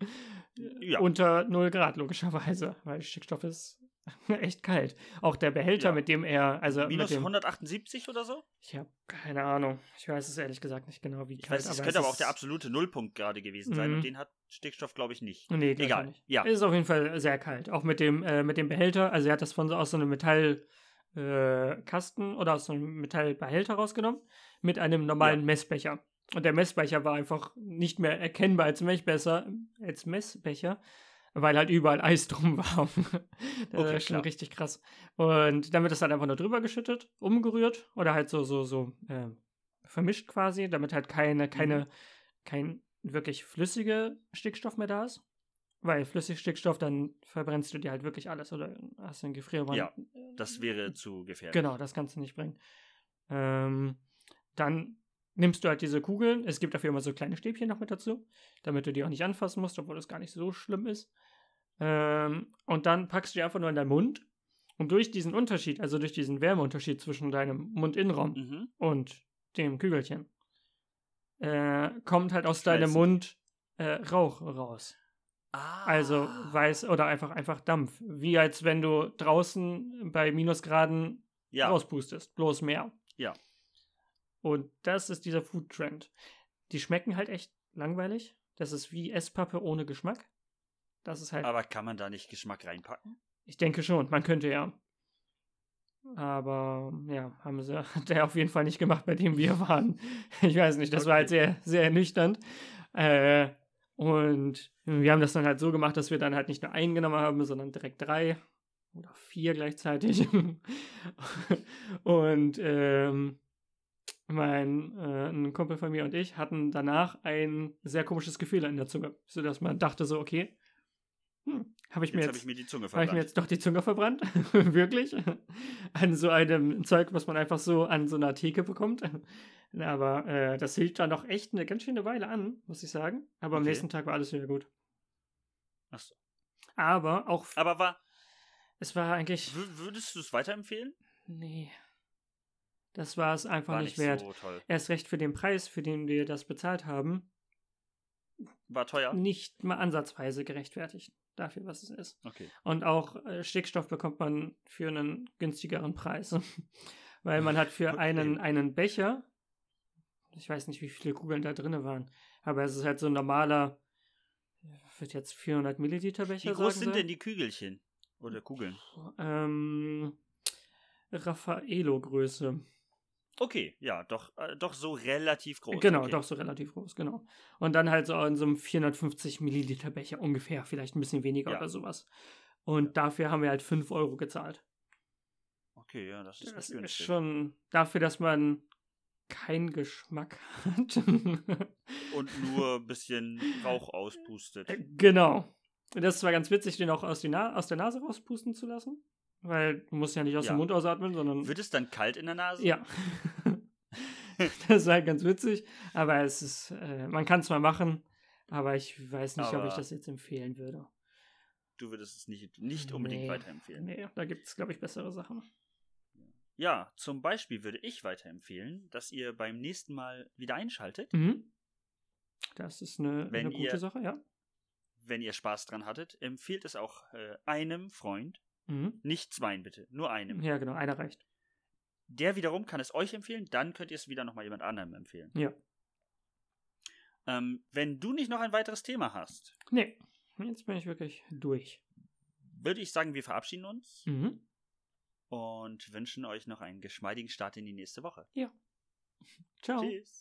B: ja.
A: Ja.
B: Unter 0 Grad, logischerweise, weil Stickstoff ist echt kalt. Auch der Behälter,
A: Ja.
B: mit dem er, also
A: Minus
B: mit dem,
A: 178 oder so?
B: ich habe keine Ahnung, ich weiß es ehrlich gesagt nicht genau, wie
A: Ich
B: kalt,
A: weiß, es könnte aber
B: ist-
A: auch der absolute Nullpunkt gerade gewesen sein.
B: Mhm.
A: Und den hat Stickstoff, glaube ich, nicht.
B: Nee, glaub ich
A: Egal.
B: auch Nicht. Äh,
A: Ja.
B: Ist auf jeden Fall sehr kalt. Auch mit dem, äh, mit dem Behälter. Also er hat das von so aus so einem Metallkasten äh, Kasten oder aus so einem Metallbehälter rausgenommen mit einem normalen Messbecher. Und der Messbecher war einfach nicht mehr erkennbar als Messbecher, als Messbecher, weil halt überall Eis drum war. das
A: Okay,
B: ist schon
A: klar.
B: richtig krass. Und dann wird das halt einfach nur drüber geschüttet, umgerührt oder halt so, so, so äh, vermischt quasi, damit halt
A: Mhm.
B: keine, keine, kein wirklich flüssiger Stickstoff mehr da ist. Weil flüssig Stickstoff, dann verbrennst du dir halt wirklich alles oder hast einen Gefrierbrand.
A: Ja, Das wäre zu gefährlich.
B: Genau, das kannst du nicht bringen. Ähm, dann nimmst du halt diese Kugeln. Es gibt dafür immer so kleine Stäbchen noch mit dazu, damit du die auch nicht anfassen musst, obwohl das gar nicht so schlimm ist. Ähm, und dann packst du die einfach nur in deinen Mund. Und durch diesen Unterschied, also durch diesen Wärmeunterschied zwischen deinem Mundinnenraum
A: Mhm.
B: und dem Kügelchen, äh, kommt halt aus deinem
A: Schmelzen.
B: Mund äh, Rauch raus. Also
A: Ah.
B: weiß oder einfach einfach Dampf. Wie als wenn du draußen bei Minusgraden
A: ja,
B: rauspustest, bloß mehr.
A: Ja.
B: Und das ist dieser Food Trend. Die schmecken halt echt langweilig. Das ist wie Esspappe ohne Geschmack. Das ist halt,
A: aber kann man da nicht Geschmack reinpacken?
B: ich denke schon, man könnte ja. Aber ja, haben sie hat er auf jeden Fall nicht gemacht, bei dem wir waren. Ich weiß nicht, das war
A: Okay.
B: halt sehr, sehr ernüchternd. Äh, und wir haben das dann halt so gemacht, dass wir dann halt nicht nur einen genommen haben, sondern direkt drei oder vier gleichzeitig. und ähm, mein äh, ein Kumpel von mir und ich hatten danach ein sehr komisches Gefühl in der Zunge, sodass man dachte so, okay, hm, habe ich mir
A: Jetzt habe
B: jetzt
A: ich mir die Zunge
B: habe ich mir
A: verbrannt.
B: jetzt doch die Zunge verbrannt? Wirklich? An so einem Zeug, was man einfach so an so einer Theke bekommt. Aber äh, das hielt dann noch echt eine ganz schöne Weile an, muss ich sagen. Aber am
A: Okay.
B: nächsten Tag war alles wieder gut.
A: Ach so. Ah.
B: Aber auch,
A: Aber war,
B: es war eigentlich,
A: wür- würdest du es weiterempfehlen?
B: nee, das war es einfach
A: War
B: nicht wert.
A: so toll.
B: Erst recht für den Preis, für den wir das bezahlt haben,
A: War teuer?
B: nicht mal ansatzweise gerechtfertigt dafür, was es ist.
A: Okay.
B: Und auch äh, Stickstoff bekommt man für einen günstigeren Preis. Weil man hat für
A: Okay.
B: einen, einen Becher, ich weiß nicht, wie viele Kugeln da drin waren, aber es ist halt so ein normaler, wird jetzt 400 Milliliter Becher
A: Wie groß
B: sagen
A: sind
B: sein.
A: denn die Kügelchen? Oder Kugeln?
B: Ähm, Raffaello-Größe.
A: Okay, ja, doch, äh, doch so relativ groß.
B: Genau,
A: okay.
B: doch so relativ groß, genau. Und dann halt so in so einem 450 Milliliter Becher ungefähr, vielleicht ein bisschen weniger
A: Ja.
B: oder sowas. Und dafür haben wir halt 5 Euro gezahlt.
A: Okay, ja, das ist,
B: Das
A: nicht
B: ist
A: günstig.
B: schon dafür, dass man keinen Geschmack hat.
A: Und nur ein bisschen Rauch auspustet.
B: genau. Und Das ist zwar ganz witzig, den auch aus, die Na aus der Nase rauspusten zu lassen, weil du musst ja nicht aus
A: Ja.
B: dem Mund ausatmen, sondern...
A: Wird es dann kalt in der Nase?
B: ja. das ist halt ganz witzig, aber es ist, äh, man kann es mal machen, aber ich weiß nicht, ob ich
A: Aber-
B: das jetzt empfehlen würde.
A: Du würdest es nicht, nicht unbedingt
B: Nee.
A: weiterempfehlen.
B: Nee, da gibt es, glaube ich, bessere Sachen.
A: Ja, zum Beispiel würde ich weiterempfehlen, dass ihr beim nächsten Mal wieder einschaltet,
B: Mhm. Das ist eine,
A: Wenn
B: eine gute
A: ihr-
B: Sache, ja.
A: wenn ihr Spaß dran hattet. Empfehlt es auch äh, einem Freund,
B: Mhm.
A: nicht zweien bitte, nur einem.
B: Ja, genau, einer reicht.
A: Der wiederum kann es euch empfehlen, dann könnt ihr es wieder nochmal jemand anderem empfehlen.
B: Ja.
A: Ähm, wenn du nicht noch ein weiteres Thema hast,
B: Nee, jetzt bin ich wirklich durch.
A: würde ich sagen, wir verabschieden uns
B: Mhm.
A: und wünschen euch noch einen geschmeidigen Start in die nächste Woche.
B: Ciao.
A: Tschüss.